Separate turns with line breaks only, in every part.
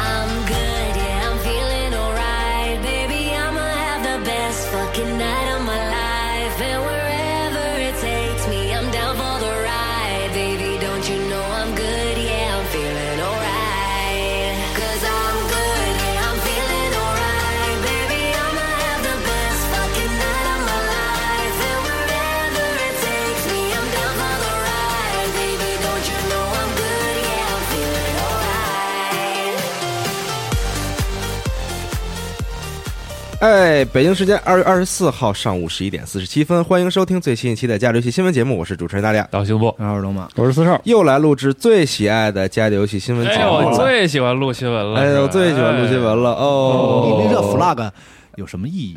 I'm good, yeah, I'm feeling alright. Baby, I'ma have the best fucking night of my life. And wherever it takes me, I'm down for the ride. Baby, don't you know I'm good, yeah, I'm feeling alright. Cause I'm good, yeah, I'm feeling alright. Baby, I'ma have the best fucking night of my life. And wherever it takes me, I'm down for the ride. Baby, don't you know I'm good, yeah, I'm feeling alright.
哎，北京时间二月二十四号上午十一点四十七分，欢迎收听最新一期的《加游戏新闻节目》，我是主持人大亮，
导行不？
然后是龙马，
我是四少，
又来录制最喜爱的《加游戏新闻节
哎
目
呦，》我
了。
最喜欢哎录新闻了！
哎呦，
是
我
吧
最喜欢录新。闻了
你
哦！嗯
这 flag 有什么意义？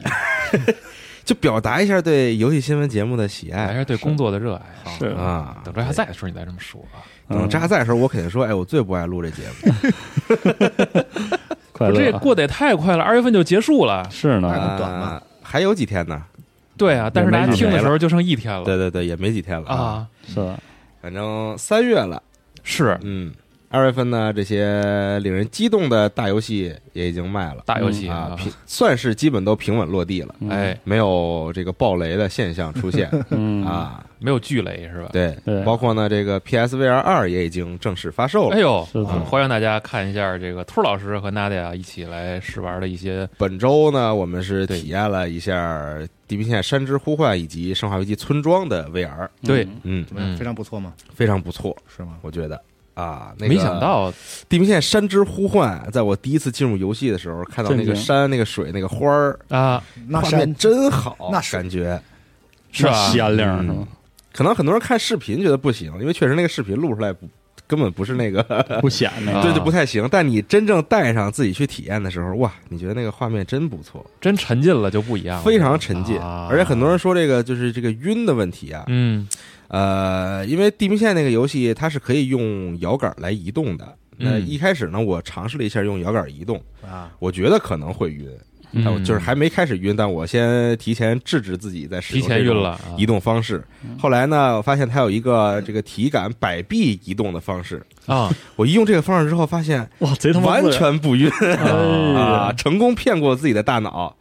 就表达一下对游戏新闻节目的喜
哎还
爱
是对工作的热爱。
是
啊。
等着他在的时候你再这么说啊。
等渣在的时候，我肯定说，哎，我最不爱录这节
嗯
目。
快
不是
乐
这
啊，
过得也太快了，二月份就结束了。
是呢，
短嘛
啊还有几天呢？
对
嗯
啊，但是大家
没几
听的
天
时候就剩一天了。
对对对，也没几天了。
哦啊，
是的，
反正三月了，
是
嗯，二月份呢，这些令人激动的大游戏也已经卖了。
大游戏
啊，平算是基本都平稳落地了，
嗯
哎，
没有这个暴雷的现象出现
嗯，
啊。
没有巨雷是吧？
对
对，
包括呢，这个 PSVR 二也已经正式发售
哎
了。
呦
是，的
啊欢迎大家看一下这个兔老师和娜迪亚一起来试玩的一些
本周呢，我们是
对
体验了一下《地平线：山之呼唤》以及《生化危机：村庄》的 VR，
嗯
对，
嗯，
怎么样？
嗯
非常不错吗？
非常不错，
是吗？
我觉得啊，那个
没想到
《地平线：山之呼唤》在我第一次进入游戏的时候，看到那个
震惊
山、那个水、那个花儿，
啊，
那
画
山
面真好，
那是
感觉。嗯
是吧？
鲜亮是吗？
可能很多人看视频觉得不行，因为确实那个视频录出来不根本不是那个
不显那
啊
个，
对，就不太行。但你真正戴上自己去体验的时候，哇，你觉得那个画面真不错，
真沉浸了就不一样了，
非常沉浸。
啊
而且很多人说这个就是这个晕的问题啊，
嗯
呃，因为《地平线》那个游戏它是可以用摇杆来移动的。那
嗯
一开始呢，我尝试了一下用摇杆移动，
啊，
我觉得可能会晕，但我
嗯
就是还没开始晕，但我先提前制止自己在使
提
用这
前
种
晕了，啊
移动方式。后来呢，我发现它有一个这个体感摆臂移动的方式，
啊，
我一用这个方式之后，发现
哇，贼他妈
完
自然
全不晕。
哎
啊，
呀，
成功骗过自己的大脑，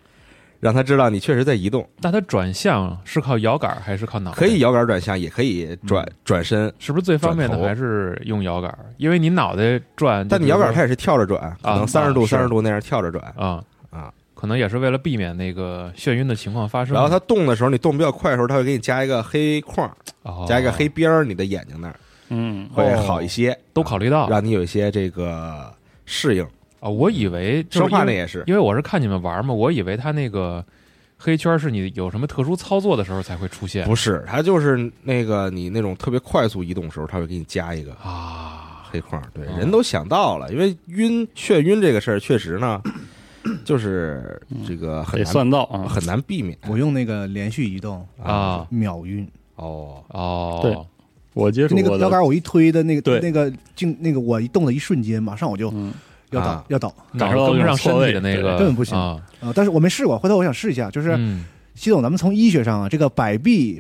让他知道你确实在移动，
那它转向是靠摇杆还是靠脑袋？
可以摇杆转向，也可以转、
嗯
转身，
是不是最方便的
转头
还是用摇杆儿？因为你脑袋转，
但你摇杆它也是跳着转，可能三十度、
啊是
三十度那样跳着转。
啊
啊，
可能也是为了避免那个眩晕的情况发生。
然后它动的时候，你动比较快的时候，它会给你加一个黑框，
哦
加一个黑边儿，你的眼睛那儿
嗯，
会好一些，
都考虑到啊、
让你有一些这个适应。
我以为就是
生化
因
那
为
也是，
因为我是看你们玩嘛，我以为它那个黑圈是你有什么特殊操作的时候才会出现
不是它就是那个你那种特别快速移动的时候，它会给你加一个
啊。
黑框，对，
哦
人都想到了，因为晕眩晕这个事儿，确实呢，就是
嗯
这个很
得
难
算到啊，
很难避免
我用那个连续移动
啊
秒晕，
哦，
哦，
对我接
就
触
那
过
个
的
摇杆我一推的那个
对
那个进那个我一动的一瞬间，马上我就
嗯
要倒
啊
要倒
脑子跟不上身体的那个
根本不行
啊，
啊！但是我没试过，回头我想试一下。就是
嗯
系统，咱们从医学上啊，这个 摆臂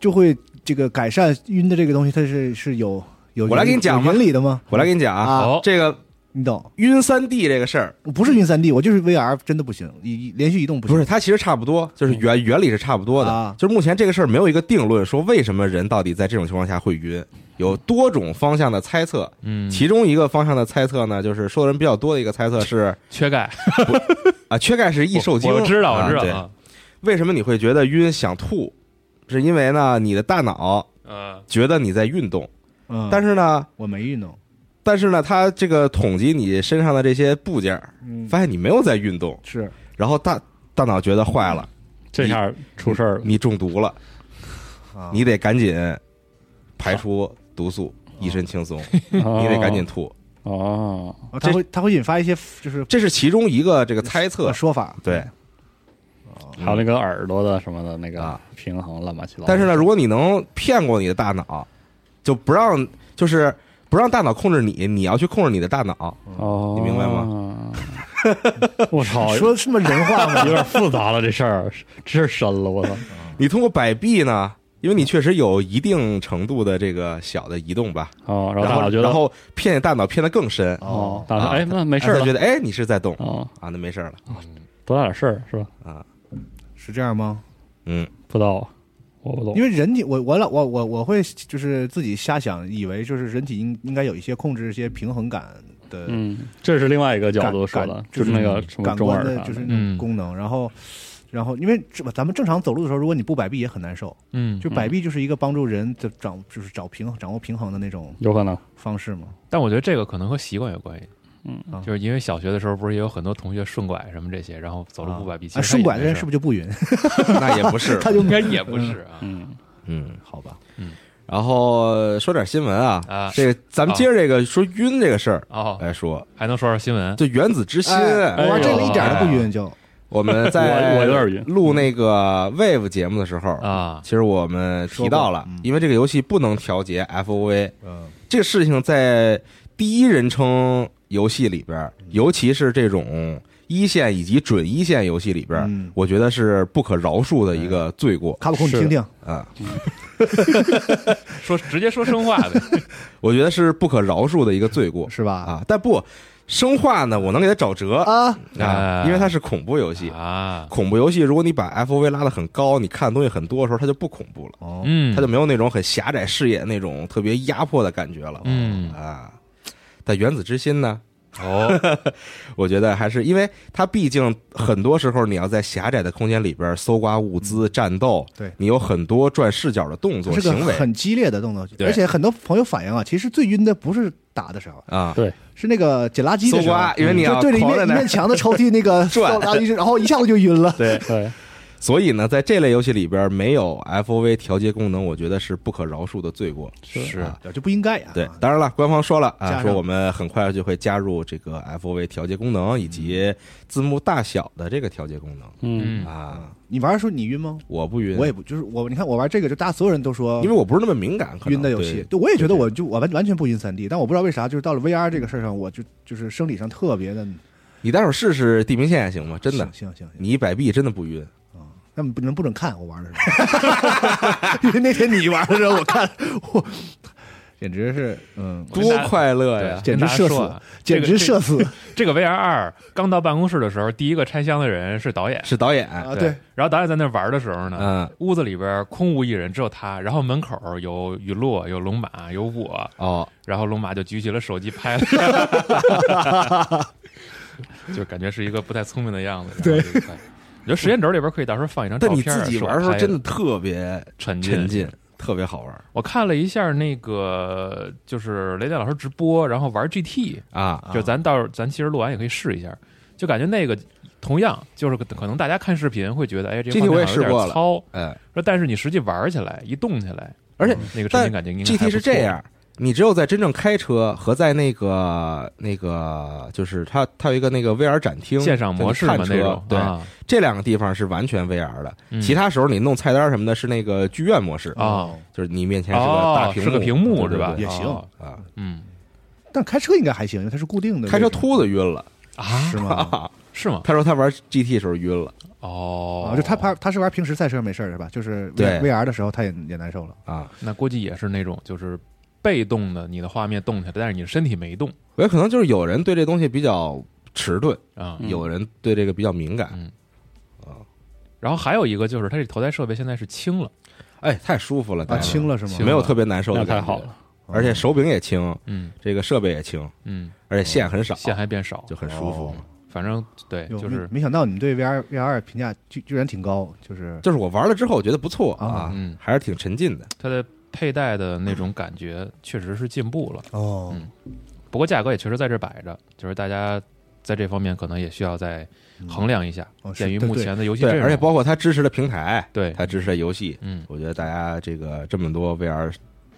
就会这个改善晕的这个东西，它是是有有
我来给你讲吧
有原理的吗？
我来给你讲啊，
好
这个
你懂？
晕三 D 这个事儿，
我不是晕三 D，我就是 VR 真的不行，一一连续移动不行。
不是它其实差不多，就是
嗯
原原理是差不多的
啊，
就是目前这个事儿没有一个定论，说为什么人到底在这种情况下会晕，有多种方向的猜测，
嗯，
其中一个方向的猜测呢，就是说的人比较多的一个猜测是
缺钙，
啊，缺钙是易受惊，
我我知道，
啊
我知道
对
啊，
为什么你会觉得晕想吐？是因为呢，你的大脑
嗯
觉得你在运动，
嗯，
但是呢，
我没运动，
但是呢，他这个统计你身上的这些部件儿，
嗯，
发现你没有在运动，
是
然后大大脑觉得坏了，
这下出事儿了。
你中毒了，
啊，
你得赶紧排出毒素，一身轻松，你
你
得赶紧吐。
哦，
哦它会它会引发一些就是
这是其中一个这个猜测
呃，说法，
对。
还有那个耳朵的什么的那个
啊
平衡乱七八糟。
但是呢，，如果你能骗过你的大脑，就不让就是不让大脑控制你，你要去控制你的大脑。
哦，
你明白
吗？ 我操，
说什么人话吗？
有点复杂了，这事儿这事儿深了，我操！
你通过摆臂呢，因为你确实有一定程度的这个小的移动吧，
哦，然后
然
大
后
脑觉得
然后骗大脑骗得更深，
哦，大脑
啊
哎，那没事儿
他觉
了
得哎你是在动
哦，
啊，那没 事儿了，
多大点事儿是吧？
是这样吗？
嗯
不知道，啊我不 懂
因。为人体，我我老我我我会就是自己瞎想，以为就是人体应应该有一些控制一些平衡感的
嗯，这是另外一个角
感
度说
感
的，
就
就是那个什么
感
中
官
耳
的
啥，
就是那
嗯
种功能。然后，然后因为这咱们正常走路的时候，如果你不摆臂也很难受。
嗯，
就摆臂就是一个帮助人的掌，就是找平衡、掌握平衡的那种
有可能
方式嘛。
但我觉得这个可能和习惯有关系。
嗯
啊
就是因为小学的时候，不是也有很多同学顺拐什么这些，然后走路不摆臂。
啊，顺拐的人
不
是不是就不匀？
那也不 是，
他就
应该也不是啊？
嗯，
嗯。
好吧？
然后说点新闻啊，
啊
这个咱们接着这个说晕这个事儿
哦，
来说，
还能说说新闻？
就原子之心，啊
哎
哎
哇，这个一点都不
哎
匀，就
我们
我
在
我有点晕嗯
录那个 Wave 节目的时候，
啊，
其实我们提到了
说过嗯，
因为这个游戏不能调节 FOV
嗯
这个事情，在第一人称游戏里边，尤其是这种一线以及准一线游戏里边
嗯，
我觉得是不可饶恕的一个罪过
卡普空，你
是
听听，
啊！
说直接说生化 呗。
我觉得是不可饶恕的一个罪过
是吧？
啊！但不生化呢，我能给它找辙
啊，
啊
哎，
因为它是恐怖游戏。
啊，
恐怖游戏，如果你把 FOV 拉得很高，你看的东西很多的时候，它就不恐怖了。
哦，
嗯，
他就没有那种很狭窄视野那种特别压迫的感觉了。
嗯
啊，但原子之心呢？
哦，
我觉得还是因为它毕竟很多时候你要在狭窄的空间里边搜刮物资、战斗，
嗯对
你有很多转视角的动
这
作
是个
行为
很激烈的动作，
对
而且很多朋友反映啊，其实最晕的不是打的时候，
啊，
是那个捡垃圾的
搜
时候嗯
刮，，因为你要
就对着一
狂在
面一
那儿
面墙的抽屉那个
转
搜垃圾然后一下子就晕了。
对对，
所以呢，在这类游戏里边没有 FOV 调节功能，我觉得是不可饶恕的罪过。
是
啊
对就不应该呀、啊。
对，当然了，官方说了
加
啊，
上
说我们很快就会加入这个 FOV 调节功
嗯
能以及字幕大小的这个调节功能
嗯
嗯
啊。
你玩的时候你晕吗？
我不晕，
我也不，就是我，你看我玩这个，就大家所有人都说
因为我不是那么敏感，可能
晕的游戏，对，我也觉得我就我完完全不晕三 D，但我不知道为啥，就是到了 VR 这个事儿上，我就就是生理上特别的
你待会儿试试地平线行吗？真的，
行行行，
你一摆臂真的不晕。
那你不能不准看我玩 的时候，因为那天你玩的时候，我看 我简直是嗯，
多快乐
对
呀！
简
跟大
直
家
社
说
死
啊
简
这
直
个
社死
这个 VR 二刚到办公室的时候，第一个拆箱的人是导演，
是导演，
啊！
对
对，。
然后导演在那玩的时候呢，
嗯，
屋子里边空无一人，只有他。然后门口有雨露，有龙马，有我。
哦，
然后龙马就举起了手机拍了， 就感觉是一个不太聪明的样子。对，我觉得时间轴里边可以到时候放一张照
但
片
你
儿。
自己
是我
玩的时候
拍嗯
真的特别
沉
沉浸，特别好玩
我看了一下那个，就是雷电老师直播，然后玩 GT，
啊！
就咱到时候咱其实录完也可以试一下，就感觉那个同样就是可能大家看视频会觉得，哎，这个
GT
画面
我也
好像有
试过
点
了
糙，
哎
说但是你实际玩起来一动起来，嗯
而且
那个沉
但
浸感觉应该还
GT
不
是
错
这，样，你只有在真正开车和在那个那个，就是它它有一个那个 VR 展厅
鉴赏模式嘛
在你看
那
车
种，
对，
啊
这两个地方是完全 VR 的。
嗯
其他时候你弄菜单什么的，是那个剧院模式，
啊，
就是你面前是个大
哦，
屏幕，
是个屏幕
对
是吧？
对
也行
哦
对啊，
嗯
但开车应该还行，因为它是固定的。
开车秃子晕了。
啊，
是吗？
是吗？
他说他玩 GT 的时候晕了
哦
啊，，就他拍，他是玩平时赛车没事儿是吧？就是
对
VR 的时候他也也难受了。
啊，
那估计也是那种就是被动的，你的画面动起来，但是你的身体没动
我觉得可能就是有人对这东西比较迟钝，
啊。
嗯
有人对这个比较敏感。
然后还有一个就是它这头戴设备现在是轻了，
哎，太舒服了，
啊，
戴着
轻了是吗？
轻
没有特别难受的
那
感觉
太好，了，
而且手柄也轻，
嗯
这个设备也轻，
嗯，
而且线很少，
线还变少
就，很舒服嘛。
反正对，
哟
就
没
是
没想到你对 VR VR 评价居居然挺高，就是
就是我玩了之后，我觉得不错
啊
啊
嗯，
还是挺沉浸的。
它的佩戴的那种感觉确实是进步了。
哦
不过价格也确实在这摆着，就是大家在这方面可能也需要再嗯衡量一下，
哦是
鉴于
对
目
对
前的游戏阵
对，
容，
而且包括它支持的平台，
啊对，
它支持的游戏，
嗯，
我觉得大家这个这么多 VR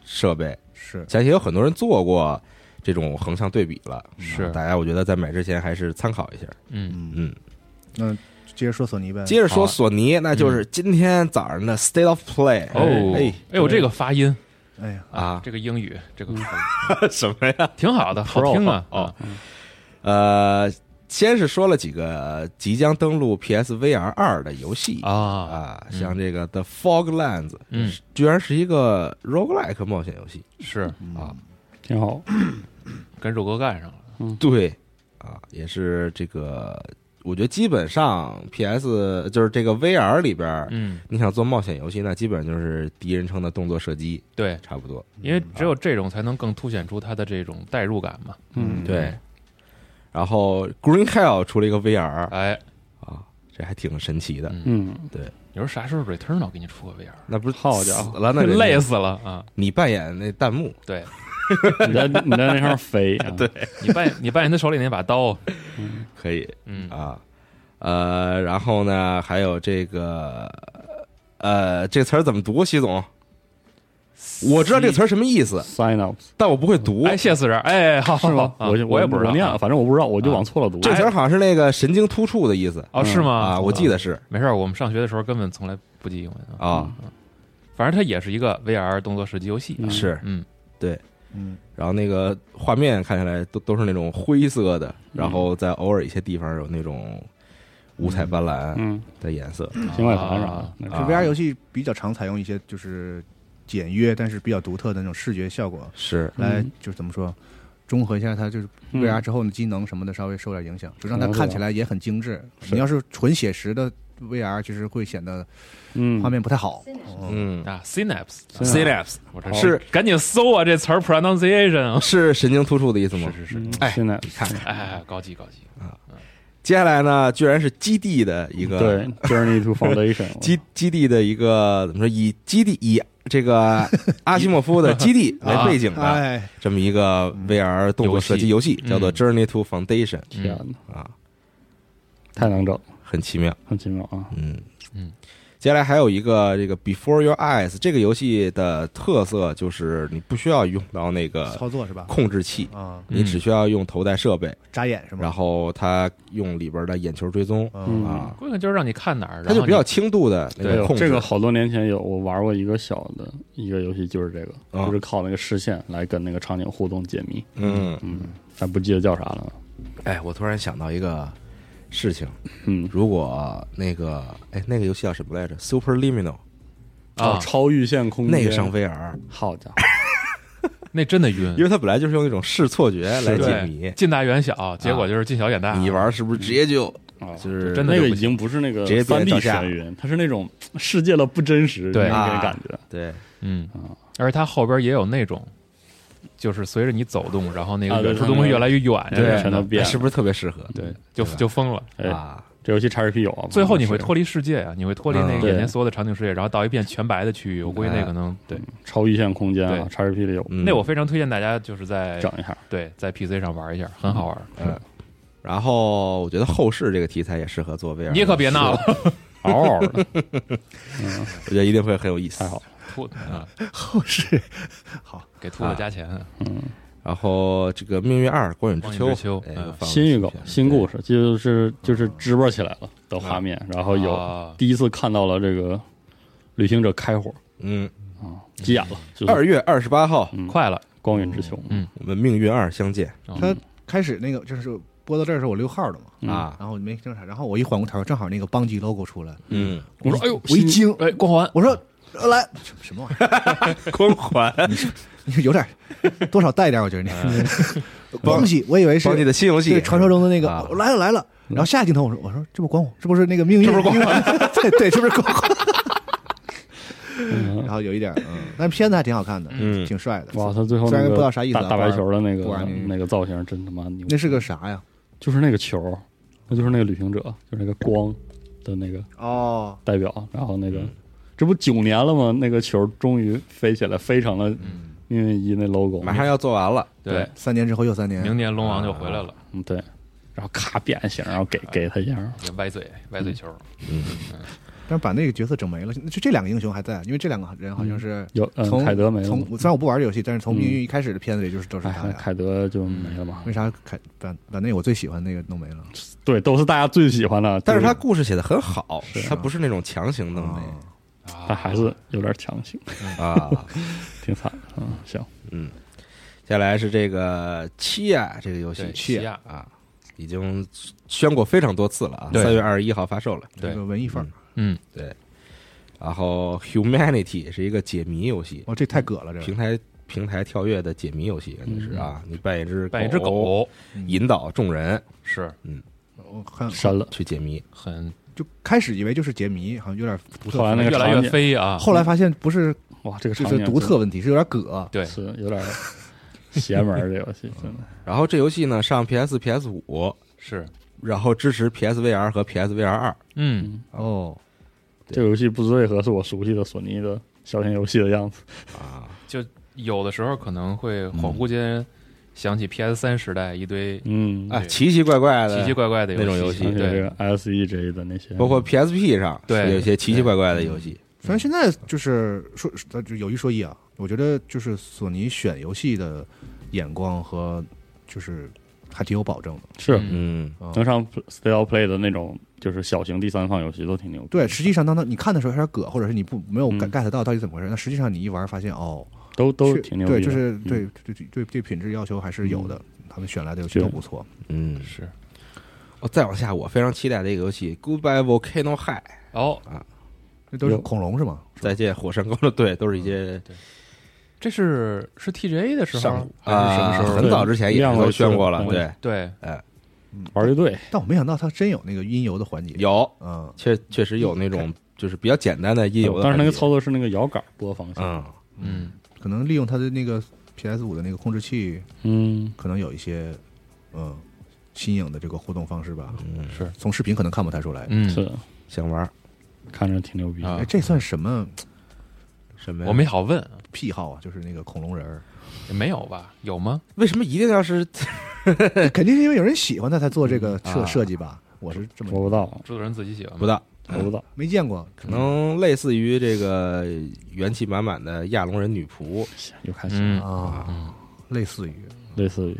设备，
是
前期有很多人做过这种横向对比了，
是，
大家我觉得在买之前还是参考一下。
嗯，
嗯，
嗯，
那接着说索尼呗。
接着
好
说
啊
索尼，那就是今天早上的 State of Play
哦，
哎
哎呦，这个发音
哎呀，
啊，
这个英语，这个
嗯 什么呀？
挺好的，好听啊，
哦，呃，先是说了几个即将登陆 PSVR 二的游戏
啊啊，
啊，
嗯
像这个 The Foglands，
嗯，
居然是一个 roguelike 冒险游戏，
是
啊
挺好。
跟肉鸽干上了，
对啊，也是这个，我觉得基本上 PS 就是这个 VR 里边儿，
嗯，
你想做冒险游戏，那基本上就是第一人称的动作射击，
对，
差不多。
因为只有这种才能更凸显出它的这种代入感嘛，
嗯，
对，然后 Green Hell 出了一个 VR
哎，
啊，这还挺神奇的。
嗯
嗯，
你说啥时候 Returnal 给你出个 VR？
那不是
好家伙
死啊了，那人 家
累死了啊！
你扮演那弹幕，
对
你在你在那上飞啊，对，
你扮你扮演他手里那把刀，
可以
嗯
啊，呃，然后呢，还有这个，呃，这词儿怎么读？习总，我知道这个词儿什么意思，
synapse
但我不会读。
哎，谢死人，哎，好，
是
好
吗
好？啊
我就
我也不知道
我念了，
啊
反正我不知道，我就往错了读。
这词儿好像是那个神经突触的意思
哦，是吗？
啊，我记得是
没事儿，我们上学的时候根本从来不记英文啊。
啊，
反正它也是一个 VR 动作射击游戏，
嗯
是。
嗯，
嗯，
然后那个画面看起来都都是那种灰色的，然后在偶尔一些地方有那种五彩斑斓
嗯，
的颜色。
新外盘啥的
啊，
那
这
是
啊
VR 游戏比较常采用一些就是简约但是比较独特的那种视觉效果，
是
来
嗯
就是怎么说，中和一下它就是 VR 之后的机能什么的稍微受点影响，就让它看起来也很精致。
是
你要是纯写实的 VR，其实会显得
嗯，
画面不太好。
嗯
啊，synapse，啊
，synapse
我这
是
赶紧搜啊，这词儿 pronunciation，啊
是神经突触的意思吗
是？是是，
嗯
哎
现在
看看
哎，高级高级，
接下来呢，居然是基地的一个
嗯对 Journey to Foundation
基基地的一个怎么说？以基地以这个阿西莫夫的基地为背景的
哎，
这么一个 VR 动作射击游戏，
嗯
叫做《Journey to Foundation
天哪，》
啊，
太能整，了，
很奇妙。
很奇妙啊！
嗯
嗯。
接下来还有一个这个 Before Your Eyes 这个游戏的特色就是你不需要用到那个
操作是吧？
控制器，
啊，
嗯
你只需要用头戴设备，
扎眼是吗？
然后它用里边的眼球追踪
嗯
嗯
啊，
关键就是让你看哪儿，
它就比较轻度的那
哎
个
呦
控制。
这个好多年前有我玩过一个小的一个游戏，就是这个，
啊
就是靠那个视线来跟那个场景互动解谜。
嗯，
嗯，但不记得叫啥了。
哎，我突然想到一个事情，
嗯，
如果那个哎那个游戏叫什么来着？Super Liminal
哦
啊，
超预线空间
那个上 VR，
好家伙，
那真的
因
晕，
为它本来就是用那种视错觉来解
对，
谜，
近大远
啊
小，结果就是近小远大，
你一玩是不是直接就
啊
哦就是
真的
那
就
个
不
已经不是那个
直接变
三 D
照相
眩晕，它是那种世界的不真实
对
那
啊
个感觉。
对
嗯
啊，
而且它后边也有那种，就是随着你走动，然后那个
啊对
远处东西越来越远，
对
全
全
都
都变
哎是
了。
不是特别适合？
对，就
对吧
就疯了。
哎，
啊，
这游戏 XGP 有啊，
最后你会
是
脱离世界啊，你会脱离那
嗯
个眼
对
前所有的场景世界，然后到一片全白的区域。我估计那可能对，
超预线空间啊
对
，XGP 里有，
嗯
那我非常推荐大家就是在
整一下。
对在 PC 上玩一下，很好玩。
嗯然后我觉得后世这个题材也适合做 VR，
你可别闹了，
嗷嗷 的，嗯，
我觉得一定会很有意思
太。好了，
兔子啊，
后是
给兔子加钱。
然后这个《命运二：光影之秋
光影之秋》
哎
嗯
又放了
新预告
新片
新故事，就是就是支巴起来了的画面，然后有
啊
第一次看到了这个旅行者开火
嗯，
啊，急眼了，就是
二月二十八号
嗯
快了，
光晕之球
我们《命运二》相见
它开始那个就是播到这儿的时候我溜号了嘛，
嗯
啊，
然后我没正常，然后我一缓过头，正好那个邦吉 logo 出来，
嗯，
我说哎呦，
我一
新
惊，
哎，光 环
我说呃来什什么玩意儿？
光环，
你 说有点多少带一点，我觉得
嗯
你邦吉，我以为是
放你的新游戏
对，传说中的那个、
啊
我来了来了。
嗯
然后下一镜头，我说我说这不光我，这不是那个命运，这不是光 对对，这不是光环。 然后有一点，嗯，但是片子还挺好看的，
嗯
挺帅的。
哇，他最后
虽
那
然
个
不知道啥意思啊
大大白球的那个
不玩那个
那个造型真他妈牛，
那是个啥呀？
就是那个球，那就是那个旅行者，就是那个光的那个
哦，
代表，然后那个这不九年了吗？那个球终于飞起来，飞成了命运一那 logo。
马上要做完了，
对，
三年之后又三年，
明年龙王就回来了，
嗯，对，然后咔变形，然后给给他一样。
也歪嘴歪嘴球，
但是把那个角色整没了。就这两个英雄还在，因为这两个人好像是
有嗯，
从
凯德没了
从
吗，嗯
虽然我不玩这游戏，但是从命运一开始的片子里就是都是他
哎，
俩。
凯德就没了嘛
为。啥凯把把那个我最喜欢那个弄没了？
对，都是大家最喜欢的，
但是
就
他故事写的很好，
是
他不是那种强行弄
啊
的
他还是有点强行，
哦
啊。
挺惨的。嗯，行，
嗯，接下来是这个七亚这个游戏
对，七亚
啊，已经宣过非常多次了啊，
对
三月二十一号发售了。
对
那个文艺范儿，
嗯，
然后 Humanity 是一个解谜游戏，
哦，这太葛了，这
平
个
台平台跳跃的解谜游戏，感觉是啊，你扮演一只
扮嗯演只狗
引导众人
是
我看
删了。
去解谜。
很
就开始以为就是解谜，好像有点独特
后来那个
越来
场
越
景
飞啊，
后
嗯
来发现不是，
哇，这个
就
场
是
景
独特问题，是有点葛。哦
对
真的，是有点邪门儿这游戏，真的。
然后这游戏呢上 PS、PS 五，
是，
然后支持 PSVR 和 PSVR 二。
嗯，
哦，
这个游戏不知为何是我熟悉的索尼的小型游戏的样子。
有的时候可能会恍惚间想起 PS 三时代一堆
嗯，
啊，
对
奇奇怪怪的
奇奇怪怪的
那种游
游
戏
戏，
想起这
对，
个 SEJ 的那些，
包括 PSP 上
对
是有一些奇奇怪怪的游戏。
反正现在就是说，呃就有一说一啊，我觉得就是索尼选游戏的眼光和就是还挺有保证的。
是
嗯
嗯，
嗯
能上 Still Play 的那种，就是小型第三方游戏都挺牛逼。
对，实际上当当你看的时候有点葛，或者是你不没有
嗯
get get 到到底怎么回事，那实际上你一玩发现哦，
都都
是
挺牛逼的。
对，就是
嗯
对对对对对品质要求还是有的。他们选来的游戏
是
都不错，
嗯，
是
哦，再往下，我非常期待的一个游戏《Goodbye Volcano High》，
哦，
那都是
有
恐龙是吗？
再见火山高的，对，都是一些
这是是 TGA 的时候
上
吗还是什么时
啊
候？
很早之前也
亮
都
过
宣过
一次
了，
嗯
对，
对，
玩乐队，
但我没想到它真有那个音游的环节。，
有
嗯，
确确实有那种就是比较简单的音游的，
但是嗯那个操，作是那个摇杆播放性。
嗯，
嗯，
可能利用它的那个 PS 五的那个控制器，
嗯，
可能有一些嗯新颖的这个互动方式吧。
是，
从视频可能看不太出来。
嗯，
是
想玩
看着挺牛逼。
哎
啊，
这算什么
什么呀？
我没好问，
癖好啊？就是那个恐龙人儿，
也没有吧？有吗？
为什么一定要是
肯定是因为有人喜欢他才做这个设
啊
设计吧？我是这么
播不到，
制作人自己喜欢
不
吗？
到？
播不到。
没见过，
可能类似于这个元气满满的亚龙人女仆，
又开始
嗯，
啊，类似于
类似于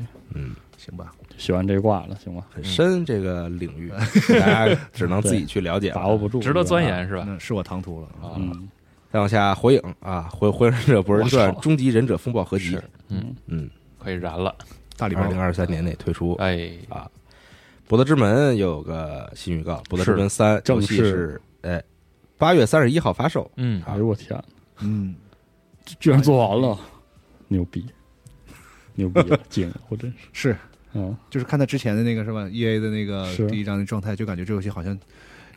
行吧，
喜欢这挂了，行吧？
很深这个领域， 大家只能自己去了解了。
把握不住，
值得钻研是吧？
那是我唐突了啊。
嗯，
再往下，火影啊，火火影忍者博人传
我操，
终极忍者风暴合集
是，嗯，
嗯，
可以燃了，
大礼
二
包
零二三
啊
年内推出。
哎，
博德之门有个新预告，博德之门三
正
游戏
式
是哎八月三十一号发售，
嗯，
哎呦我天，
嗯，
居然做完了，牛逼，牛逼 了，惊了，我真是，
是，
嗯，
就是看他之前的那个是吧？E A 的那个
是
第一章的状态，就感觉这游戏好像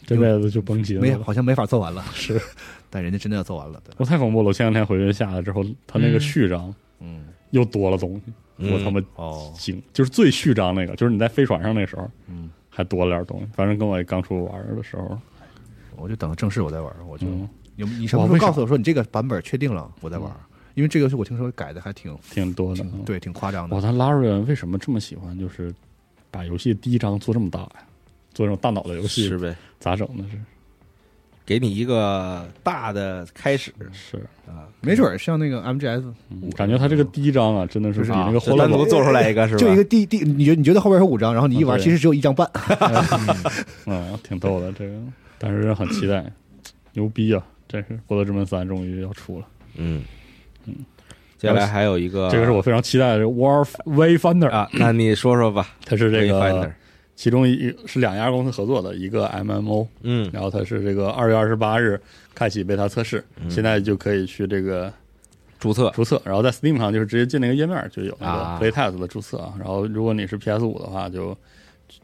这辈子就甭急
没
了。
好像没法做完了，
是，
但人家真的要做完了，对吧
我太恐怖了！我前两天回去下来之后，他那个序章
嗯，
又多了东西，
嗯
我他妈
哦，
惊！就是最序章那个，就是你在飞船上那时候，
嗯，
还多了点东西。反正跟我刚出玩儿的时候，
我就等正式我再玩儿，我就
嗯，
有你什么时候告诉我说你这个版本确定了，我再玩儿，因为这个游戏我听说改的还挺
挺多的。嗯，
对，挺夸张的
我。他拉瑞恩为什么这么喜欢，就是把游戏第一章做这么大呀？做这种大脑的游戏
是呗？
咋整呢？是
给你一个大的开始，
是，
没准儿像那个 MGS，
嗯感觉他这个第一章啊，真的是
就
比
是
那
就
个欢乐
单
宝
独做出来一 个是吧？
就一个第第，你觉你觉得后边有五张，然后你一玩，
啊对
其实只有一张半。
嗯，挺逗的这个，但是很期待，牛逼啊！真是《博德之门三》终于要出了，
嗯接下来还有一个，
这个是我非常期待的《War Wayfinder》，
呃啊，那你说说吧，
它是这
Wayfinder
个其中一是两家公司合作的一个 MMO，
嗯
然后它是这个二月二十八日开启贝塔测试，
嗯
现在就可以去这个
注册
注册，然后在 Steam 上就是直接进那个页面就有
嗯啊
那个 Playtest 的注册啊。然后如果你是 PS 五的话，就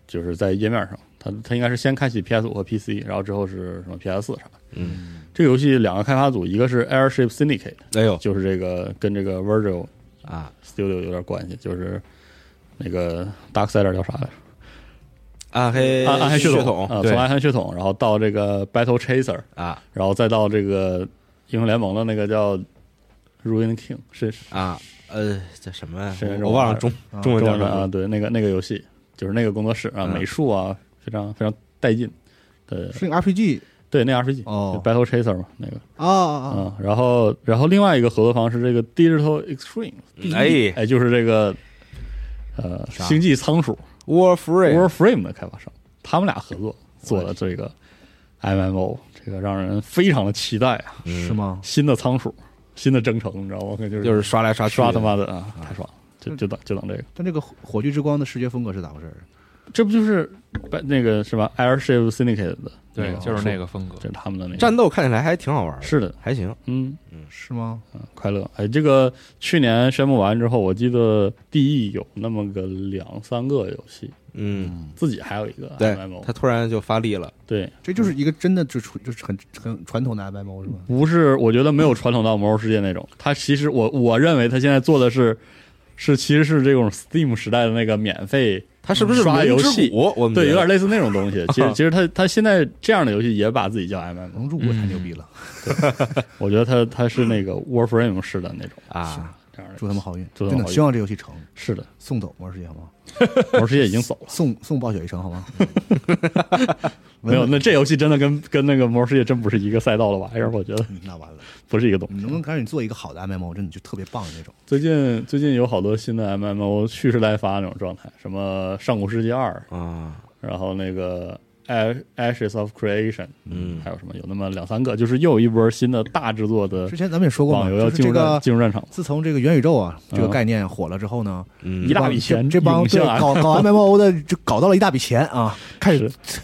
就是在页面上，它它应该是先开启 PS 五和 PC，然后之后是什么 PS 四啥的。
嗯，
这个游戏两个开发组，一个是 Airship Syndicate，
哎呦
就是这个跟这个 Virgil
啊
Studio 有点关系，就是那个 Darksider 叫啥来着？
暗黑
暗暗黑
血
统啊，
对
从暗黑血统，然后到这个 Battle Chaser，
啊
然后再到这个英雄联盟的那个叫 Ruin King，是是
啊呃，这什么呀
是？
我忘了中
啊
中文叫
中文
什
的啊，
么？
对，那个那个游戏就是那个工作室啊，
嗯
美术啊，非常非常带劲。对
是那个 RPG
对，那 RPG
哦
，Battle Chaser 嘛，那个
啊
哦
啊啊
嗯，然后然后另外一个合作方是这个 Digital Extreme，
哎
哎，就是这个呃《星际仓鼠》
，War Free
Warframe 的开发商，他们俩合作做的这个 MMO，这个让人非常的期待啊！
嗯是吗？
新的仓鼠，新的征程，你知道吗？就是
就是刷来刷去，
刷他妈的啊，太爽了！就就等就等这个，
但这个火火炬之光的视觉风格是咋回事儿？
这不就是那个是吧？Airship Syndicate 的，
对，就是那个风格
这，是他们的那个
战斗看起来还挺好玩的，
是的，
还行。
嗯，
是吗？
快乐。哎，这个去年宣布完之后，我记得 DE 有那么个两三个游戏，
嗯，
自己还有一个
对
MMO，，
他突然就发力了，
对，
这就是一个真的就传就是很很传统的 MMO 是吧？
不是，我觉得没有传统到魔兽世界那种。它其实我我认为它现在做的是是其实是这种 Steam 时代的那个免费，
他是不是
嗯刷游
龙之
戏
谷？我们
嗯对，
觉
有
得
点类似那种东西。 其实其实它它现在这样的游戏也把自己叫 MMO，
龙之谷太牛逼了，
我觉得它它是那个 Warframe 式的那种
啊，
这样的。
祝他们好运，
嗯祝他
真
们
的
好运
希望这游戏成，
是的，
送走魔兽世界好吗？
魔兽世界已经走了。
送送暴雪一程好吗？
没有，那这游戏真的跟跟那个魔兽世界真不是一个赛道的玩意儿，我觉得
嗯那完了，
不是一个东西。
你能不能赶紧做一个好的 MMO，真的就特别棒的那种？
最近最近有好多新的 MMO 蓄势待发那种状态，什么《上古世纪二》，
啊，
然后那个《Ash- Ashes of Creation》，
嗯
还有什么有那么两三个，就是又有一波新的大制作的
之前咱们也说过嘛，
网游要
就是
进
这
入战、
个
进入战场，
自从这个元宇宙啊这个
嗯
概念火了之后呢，
嗯
一大笔钱
这帮
涌
对
向啊
搞 搞 MMO 的就搞到了一大笔钱啊，开始
是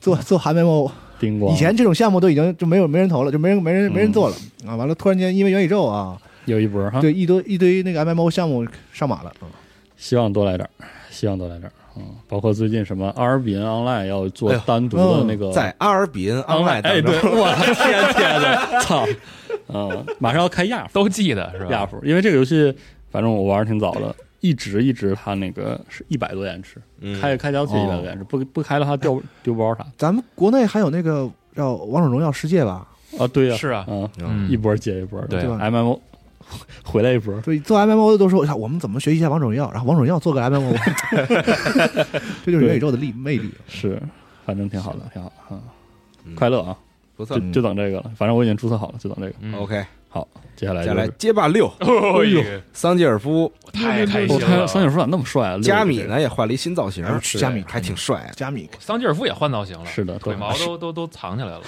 做做 MMO。
叮咣，
以前这种项目都已经就没有没人投了，就没人没人没
嗯
人做了啊。完了，突然间因为元宇宙啊，
有一波哈，
对一堆一堆那个 MMO 项目上马了。嗯
希望多来点儿，希望多来点儿，嗯，包括最近什么阿尔比恩 Online 要做
哎呦
单独的那个、
在阿尔比恩
Online，
online 当
哎，对，
中，
我的天天的， 操，嗯，马上要开亚服。
都记得是
亚
吧？
服，因为这个游戏反正我玩儿挺早的，一直一直它那个是一百多延迟，
嗯
开开条起一百多延迟，不不开的话掉丢包啥
咱们国内还有那个叫《王者荣耀世界》吧，
啊？对呀，
是啊
嗯，
嗯
一波接一波，
对
对吧？
，M M O 回来一波，
所以做 MMO 的都说，哎呀我们怎么学习一下王者荣耀，然后王者荣耀做个 MMO，这 就是元宇宙的力魅力。
是，反正挺好的，挺好的啊，
嗯
快乐啊，
不错
就。就等这个了，反正我已经注册好了，就等这个。
嗯
OK，
好，接下来
接
哎就
下来
是。
街霸 六，
哦呦，
桑吉尔夫
我太开
我
心
看
了！
哦三井夫长那么帅啊，六
加
个
米
这个？
呢也换了一新造型
哎呦，
对
加米
嗯
还挺帅的，
加密
桑吉尔夫也换造型了，
是的
腿毛都都都藏起来了。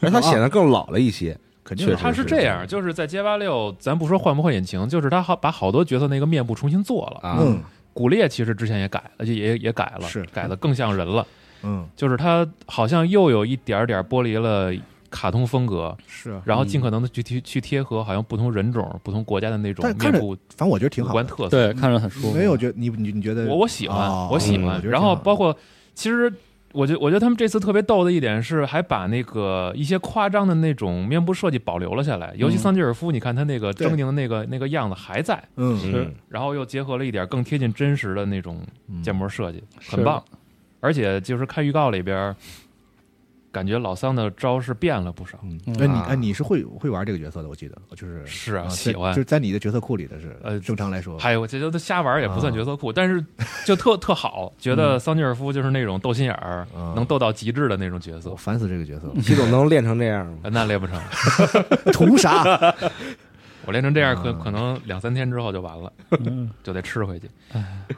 而他显得更老了一些。
肯定
确
的
实
他是这样，就是在街霸六，咱不说换不换引擎，就是他好把好多角色那个面部重新做了。
啊，
嗯
骨裂其实之前也改了，就也也改了，
是
改的更像人了。
嗯
就是他好像又有一点点剥离了卡通风格，
是啊，
然后尽可能的去贴去贴合好像不同人种、不同国家的那种
但看
面
着
部
反正我觉得挺
五
好
官
的，
特色。
对，看着很舒服。
没有觉得你你你觉得
我我喜欢，
哦
我喜
嗯我
欢。
觉得
然后
挺好
包括其实。我觉我觉得他们这次特别逗的一点是，还把那个一些夸张的那种面部设计保留了下来，尤其
嗯
桑吉尔夫，你看他那个
对
狰狞的那个那个样子还在，
嗯
嗯，
然后又结合了一点更贴近真实的那种
嗯
建模设计，
嗯是
很棒。而且就是看预告里边儿，感觉老桑的招式变了不少。
嗯
嗯，
哎你
啊
哎你是会会玩这个角色的，我记得就是
是啊，
啊
喜
在
欢
就。是在你的角色库里的是，
呃
正常来说，
还有，我觉得他瞎玩儿也不算角色库，但是就特特好，觉得桑吉尔夫就是那种斗心眼儿，
嗯
能斗到极致的那种角色
我。烦死这个角色了，
系统能练成这样吗？
呃那练不成，嗯
图啥？
我练成这样可
嗯
可能两三天之后就完了，
嗯 哎
就得吃回去。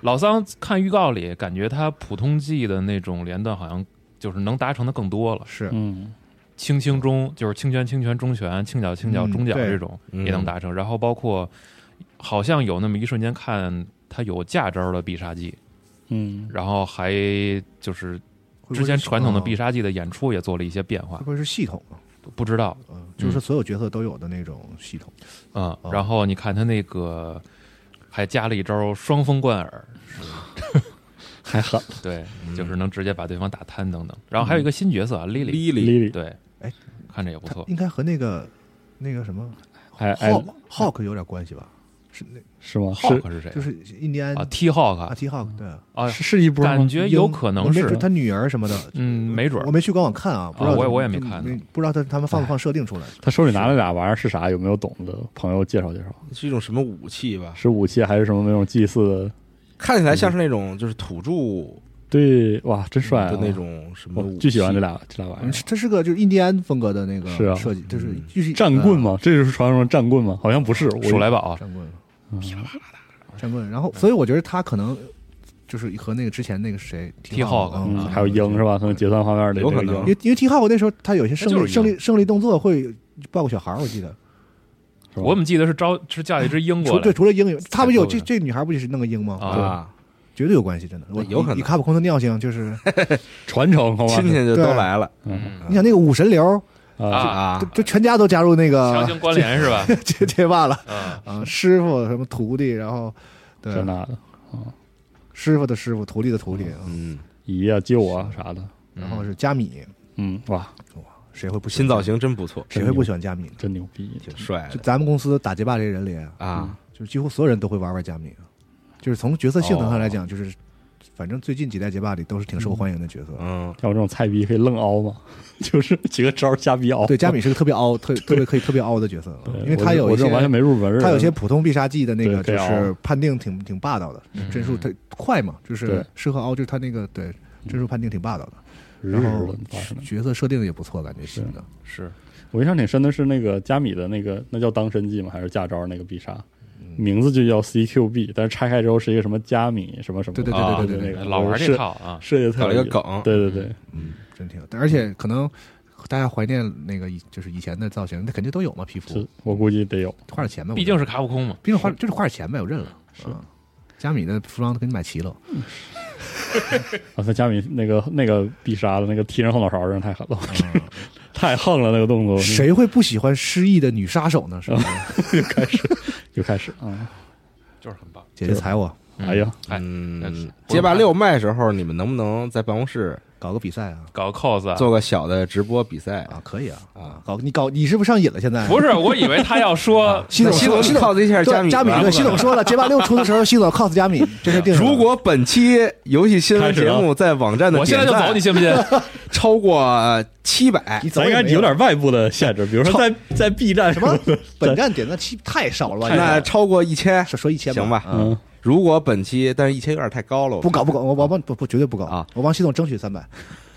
老桑看预告里，感觉他普通技的那种连段好像就是能达成的更多了。
是啊
嗯，
轻轻中就是轻拳轻拳中拳，轻脚轻脚
嗯
中脚
对
这种
嗯
也能达成。然后包括好像有那么一瞬间看他有架招的必杀技，
嗯，
然后还就是
会不会
之前
是
传统的
啊
必杀技的演出也做了一些变
会
化，
不会是系统啊？
不知道
嗯，就是说所有角色都有的那种系统，
嗯
哦，
然后你看他那个还加了一招双风贯耳，
还狠
对，
嗯
就是能直接把对方打瘫等等。然后还有一个新角色啊，Lily，
Lily，
，Lily，
对，
哎，
看着也不
它
错。
应该和那个那个什么
哎哎
Hawk Hawk 有点关系吧？是那
是吗？是
Hawk 是谁？
就是印第安
啊，T Hawk
阿
啊
提 Hawk 对，
啊，
是是一波吗？
感觉有可能
没
是
准，他女儿什么的，
嗯，没准儿
我没去官网看啊，不知
啊哎我也
道怎么
我也没看呢
不知道他他们放不放设定出来。
他手里拿了俩玩意儿是啥？有没有懂的朋友介绍介绍？
是一种什么武器吧？
是武器还是什么那种祭祀的？
看起来像是那种就是土著
对，哇，真帅啊！
的嗯那种什么
我
武器，
巨喜欢这俩这俩玩意
嗯
儿。
它是个就是印第安风格的那个
是啊
设计，就是
嗯
就是
战棍嘛，这就是传说中的战棍嘛？好像不是，我
鼠来
呃
宝啊
战棍，
嗯
战棍。然后，
嗯
所以我觉得他可能就是和那个之前那个谁
T Hawk，
嗯
嗯，
嗯
还有鹰是吧？他们结算画面里
有
那个
可能
鹰
因为因为 T Hawk 那时候他有些胜
那就
利
是
胜利胜利动作会抱个小孩儿，我记得。
是吧
我怎么记得是招是嫁了一只鹰
除
过
对
来？
除了鹰，他不有这
对
这女孩不就是弄个鹰吗？
啊
啊，
绝对有关系，真的。我
有可能
以以卡普空的尿性，就是
传承
哦
好吧？
亲戚就都
对
来了
嗯
你想那个武神流，
啊，
啊
就就全家都加入那
强
个
行关联是吧？
结结巴了
嗯，
啊，师傅什么徒弟，然后对
这那的
师傅的师傅，徒弟的徒弟，嗯
嗯，
姨啊、舅啊啥的，
嗯
然后是加米，
嗯，哇，
谁会不喜欢
新造？型真不错，
谁会不喜欢加米呢？
真牛逼！
挺帅
就
的
咱们公司打结巴这人里，
啊。
就是几乎所有人都会玩玩加米，就是从角色性能上来讲，就是反正最近几代结巴里都是挺受欢迎的角色。
嗯，
像我这种菜逼可以愣凹嘛， 就是几个招儿瞎逼凹。
对， 加米是个特别凹、特特别可以特别凹的角色，
对，
因为
我
他
这
有
我
一些
这种完全没入门儿的人，
他有些普通必杀技的那个就
对可以凹
是判定挺挺霸道的，
嗯
帧数它快嘛，就是
对
适合凹，就是他那个对帧数判定挺霸道的，
日
然
嗯日
后
文发生的
角色设定也不错，感觉新的。
是
我印象挺深的是那个加米的那个，那叫当身技吗？还是架招那个必杀？ 名字就叫 CQB，但是拆开之后是一个什么加米什么什么，
对对
对对
对
对
对
那个
老玩这
设
套啊，
设计得特
搞
有
一个
意思，
梗，
对对对，
嗯，真挺，但而且可能大家怀念那个以就是以前的造型，那肯定都有嘛，皮肤
是我估计得有，
花点钱呗，我
毕
觉
竟
得
是卡普空嘛。
毕竟花就是花点钱呗，我认了。嗯，加米的服装都给你买齐了，
哦啊，他加米那个那个必杀的那个踢人后脑勺儿，人太狠
啊
了， 太横了那个动作，
谁会不喜欢失忆的女杀手呢？是
哦
不是？
又开始又开始啊！
就是很棒。
姐姐踩我，
嗯
哎呀，
哎那是
嗯，
不
街
用
霸
看
六卖时候，你们能不能在办公室
搞个比赛啊
搞个 cos 啊，
做个小的直播比赛？
啊，可以啊
哦
啊，搞你搞你是不是上瘾了？现在
不是，我以为他要说
系统
那系统
系统
靠的一下
对
加米
加米
吧
对，系统说了，街霸六出的时候，系统 cos 加米，这是定的。
如果本期游戏新闻
开始
节
了
目在网站的
我现在
点
就走，
赞
你信不信？
超过七百
你，走
咱应
也
该
没
有点外部的限制，比如说在在 B 站
什
什
么
么的，
本站点赞七太少了吧？
那超过一千，
说说一千
行
吧
吧？
嗯，
如果本期，但是一千有点太高了，我
不搞不搞，我我帮不不绝对不搞
啊！
我帮系统争取三百。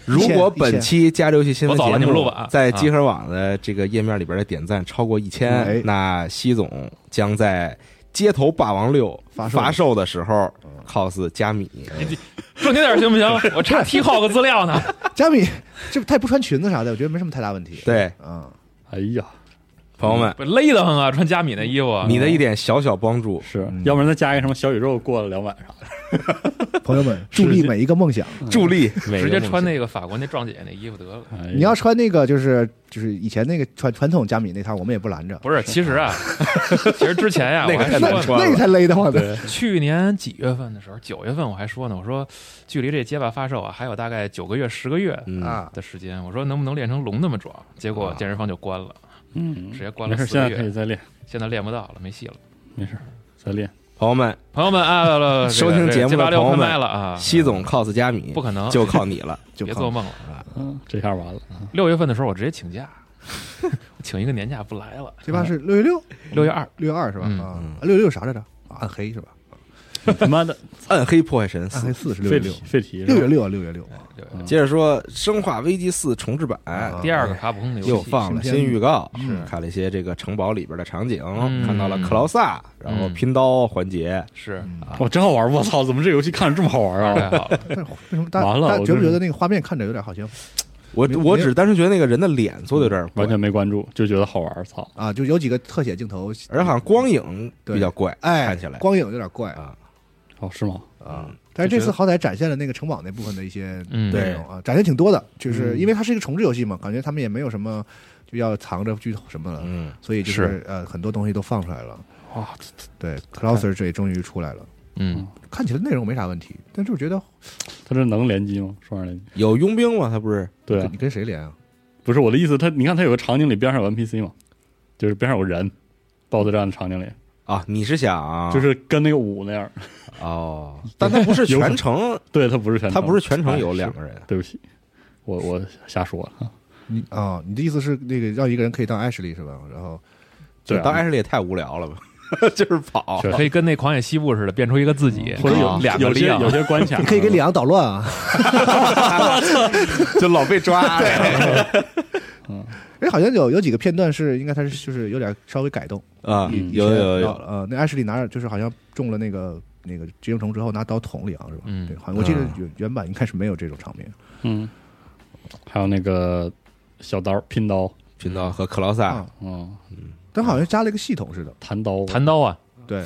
如果本期加州游戏新闻
我走
节
了你们录
目
吧啊
在集合网的这个页面里边的点赞超过一千、
嗯哎
那西总将在街头霸王六
发售嗯
发售的时候 cos 加米，
哎正经点儿行不行？我差 T 号个资料呢。
加米这他也不穿裙子啥的，我觉得没什么太大问题。
对
嗯，
哎呀，
朋友们，
不勒得很啊，穿加米那衣服啊。
你的一点小小帮助，
是，
嗯
要不然再加一个什么小宇宙过了两百啥的，
朋友们，助力每一个梦想。
助力
直接穿那个法国那壮姐那衣服得了。
哎呀
你要穿那个就是就是以前那个传传统加米那套，我们也不拦着。
不是，其实啊，其实之前呀，
那
我
个
还
太
那
难
说
穿了
那个才勒得慌呢。
对
去年几月份的时候，九月份我还说呢，我说距离这街霸发售啊，还有大概九个月、十个月
嗯
啊
的时间，我说能不能练成龙那么壮？结果健身房就关了，
嗯
直，接关
没
了
事，
四个
现在可以
月，
再练，
现在练不到了，没戏了。
没事，再练。
朋友们，
朋友们啊，
收听节目的
八六快
朋友们
卖了啊，
西总 cos 加米
不可能，
就靠你了，
就
别
靠
做梦了。
嗯，这下完了，
六月份的时候，我直接请假， 我请一个年假不来了。
这把是六月六，
六月二，
六月二是吧？
嗯
啊，六月六啥来着？啊暗黑是吧？
他妈的，
暗黑破坏神
暗黑
四。
四是六月
废
六
题，废题，
六月六啊，六月六啊。
六月二
接着说《生化危机四》重置版，
啊
第二个卡普空的游戏
又放了
新片
新预告，
嗯
是
看了一些这个城堡里边的场景，
嗯
看到了克劳萨，然后拼刀环
嗯
节，
是
我真好玩！我操，怎么这游戏看着这么好玩
太
啊？
好了，
但是为什么大
完了
大家
我
觉不
真
觉
是
得那个画面看着有点好像
我
没
我
没有
只单纯觉得那个人的脸做的有点怪
完，全没关注，就觉得好玩，操！
啊？就有几个特写镜头，
而好像光影
对
比较怪，
哎
看起来
光影有点怪
啊
哦，是吗？
啊。但是
就觉得
这次好歹展现了那个城堡那部分的一些
嗯
内容啊，展现挺多的，
嗯
就是因为它是一个重置游戏嘛，感觉他们也没有什么就要藏着剧透什么了，
嗯，
所以就是呃很多东西都放出来了。
哇，
对 c l o s e r 这也终于出来了，
嗯，
看起来内容没啥问题，但是我觉得
他这能联机吗？双人联机？
有佣兵吗？他不是
对啊
你，跟谁连啊？
不是我的意思，他你看他有个场景里边上有 NPC 嘛，就是边上有人，BOSS 战的场景里，
啊，你是想
就是跟那个五那样。
哦，但它不是
有可
全程，
对，它不是全程，
它不是全程
哎
有两
是
个人，
对不起，我我瞎说了啊。
你啊，你的意思是那个让一个人可以当 Ashley 是吧？然后
对
就当
啊，
艾什利也太无聊了吧， 就是跑
是
可以跟那狂野西部似的，变出一个自己，
或者有
两个
啊有
力
些
量
有，些关卡，
你 可以给里昂捣乱啊。
就老被抓。
哎，好像有有几个片段是应该他是就是有点稍微改动。
啊，
嗯
有有有，
呃，那 Ashley 拿着就是好像中了那个那个寄生虫之后拿刀捅里昂是吧？
嗯
对，好像我记得
嗯
原原版应该是没有这种场面。
嗯，还有那个小刀拼刀，
频道和克劳萨
啊，
嗯，
但好像加了一个系统似的。
弹刀，
弹刀啊，
对，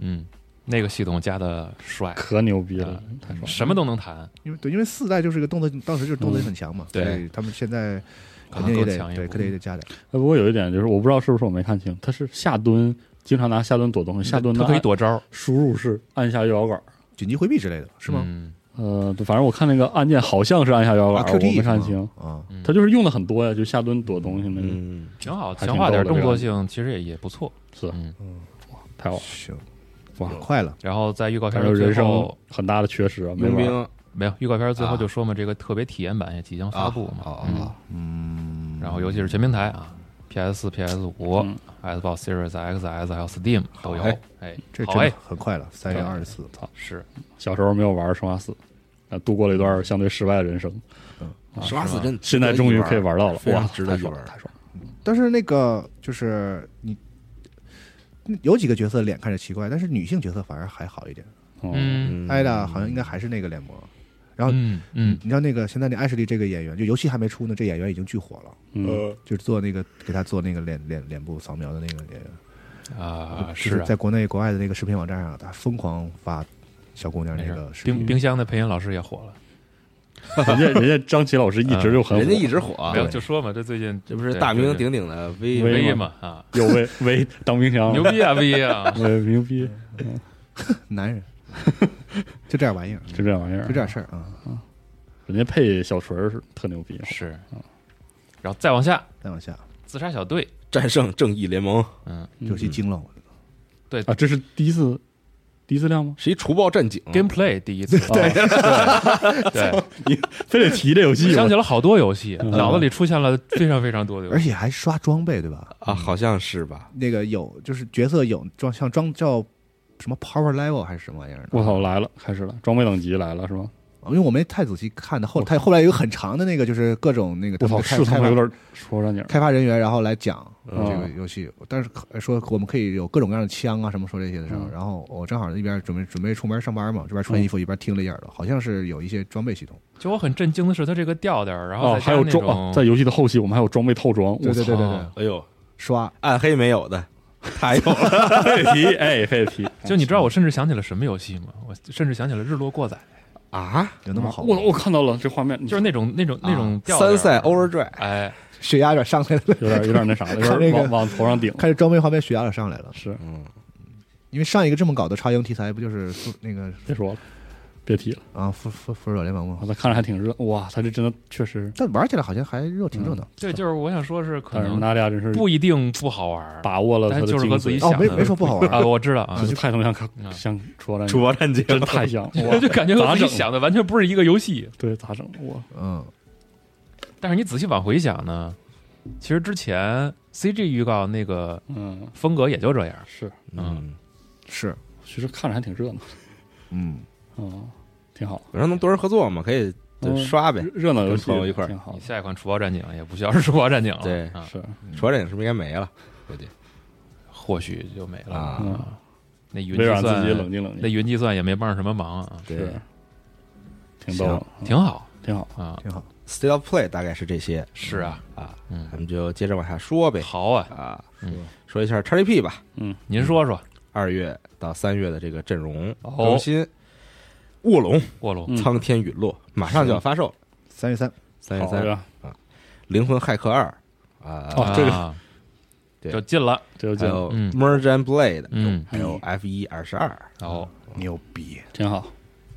嗯，那个系统加的帅，
可牛逼了，太爽了。
什么都能弹，
因为对，因为四代就是个动作，当时就是动作很强嘛，
嗯对
所以他们现在
可
肯
能
定也
更
得
强一
对，
步
肯定也得加点。
哎不过有一点就是，我不知道是不是我没看清，他是下蹲，经常拿下蹲躲东西，下蹲
他可以躲招，
输入式按下右摇杆。
紧急回避之类的是吗？
嗯，
呃，反正我看那个按键好像是按下摇
啊
杆，我
，QTE
没看
是
清
吗。啊，
嗯
他就是用了很多呀，就下蹲躲东西那个，
嗯，
挺好，
还挺
强化点
逗的
动
这个
作性，其实也也不错。
是
嗯，
太好了。
行，
哇
快了，
然后在预告片
但
的
是
最
人生
后，
很大的缺失啊，没
嗯佣
玩儿
兵
没有预告片最后
啊
就说嘛，这个特别体验版也即将发布嘛，
啊
嗯
啊，
嗯，
然后尤其是全平台啊，PS 4 PS 五、
嗯
Xbox Series X、S 还有 Steam 都有
哎，
哎，
这
好
真的
哎，
很快了，三月二十四，
是
小时候没有玩《生化四》，啊，度过了一段相对失败的人生，
十八
是
死
吗
真，
现在终于可以玩到了，
非常
哇，
值得
太
一
爽
玩
了，太爽了！
但是那个就是你。有几个角色脸看着奇怪，但是女性角色反而还好一点。
嗯，
嗯
艾达好像应该还是那个脸模，然后
嗯嗯，
你知道那个现在那艾什利这个演员，就游戏还没出呢，这演员已经巨火了，
嗯，
就是做那个给他做那个脸脸脸部扫描的那个演员，
啊
嗯就是
啊，
在国内国外的那个视频网站上，他疯狂发小姑娘
没事
那个。视
冰
频，
冰箱的配音老师也火了，
人家人家张琪老师一直就很火，
人家一直火
没，有就说嘛，这最近
这不是
对
啊大
对
名
对
鼎鼎的 V
威
威
嘛
嘛啊，
有 为为当冰箱，
牛 逼啊 V 啊，
威，牛逼，
男人就这点玩意儿，
就这玩意儿，
就这点事儿
嗯
啊。
人家配小锤儿是特牛逼，啊
是，然后再往下，
再往下，
自杀小队，
战胜正义联盟，
嗯
啊游戏惊了我，
啊，这是第一次第一次亮吗？
是一除暴战警，啊
，Gameplay 第一次，对对
非得提这游戏
对，
吗
想起了好多游戏，
嗯
脑子里出现了非常非常多的游
而
戏，
且还刷装备对吧？
啊，好像是吧？
那个有就是角色有装像装叫什么 power level 还是什么玩意儿的？
我操，来了，开始了，装备等级来了是吗？
因为我没太仔细看的，后他后来有一个很长的那个，就是各种那个
我
他们的开
操，是他
开
妈
发
有点说上劲儿，
开发人员，然后来讲
嗯
哦
这个游戏。但是可说我们可以有各种各样的枪啊，什么说这些的时候，
嗯
然后我正好一边准备准备出门上班嘛，这边穿衣服一边听了一耳朵，好像是有一些装备系统。
就我很震惊的是它这个调调，然后
哦，
再
还
加
有
那
装啊，
种
在游戏的后期我们还有装备套装，我
对
操
对，对对对
哦，
哎呦，
刷
暗黑没有的，太有了，
非得提，哎，非 得提，
就你知道，我甚至想起了什么游戏吗？我甚至想起了《日落过载
啊！
有那么好吗？
我我看到了这画面，》，
就是那种那
啊
种那种调调
三赛 Overdrive，
哎，
血压有点上来了，
有点有点那啥了，有
看那
点
个
往往头上顶。
开始装备方面血压有点上来了。
是，
嗯，
因为上一个这么搞的超英题材不就是复那个
别说了，别提了。
啊复复复仇者联盟吗
我？操，看着还挺热，哇，他这真的确实，
但玩起来好像还热挺热闹。
对，就是我想说是可
但是
能
纳利亚真是
不一定不好玩，
把握了他
但
的
就是
精
和自己
髓，
想
哦，没
的
没说不好玩
啊，我知道啊
这，就太他妈像
嗯
看像说了，
除暴战警
真太 像，哇
我，就感觉和
咋
自己
整？
想的完全不是一个游戏。
对，咋整？我
嗯，
但是你仔细往回想呢，其实之前 CG 预告那个
嗯
风格也就这样，
是，
嗯，
是
其实看着还挺热闹，
嗯。
嗯，挺好，
反正能多人合作嘛，可以就
嗯
刷呗。
热闹游戏
跟朋友一块儿
挺好
你，下一款《除暴战警》也不需要是《除暴战警》了，
对
啊，
是，
除暴战警是不是应该没了？估计
或许就没了
啊
啊。那云
嗯微
计
软自己冷
算，
静冷
那
静，
云计算也没帮上什么忙啊，
对
是，挺逗的，
挺好
挺好，
啊，
挺好，
，State of Play 大概是这些
是啊，
啊，
嗯
咱，们就接着往下说呗
好啊，
啊
嗯，
说一下 XGP 吧，
您说说，
二月到三月的这个阵容
哦
更新，卧龙、
卧龙，
嗯
苍天陨落马上就要发售，
三月三，
哎
三月
好
三，《
呀，
灵魂骇客二》啊，
哦这个
啊
对
就进了，
这
还
就进
有
嗯
《Merge and Blade》，
嗯，
还有 F 一二十二
嗯
哦，
牛逼！
挺好，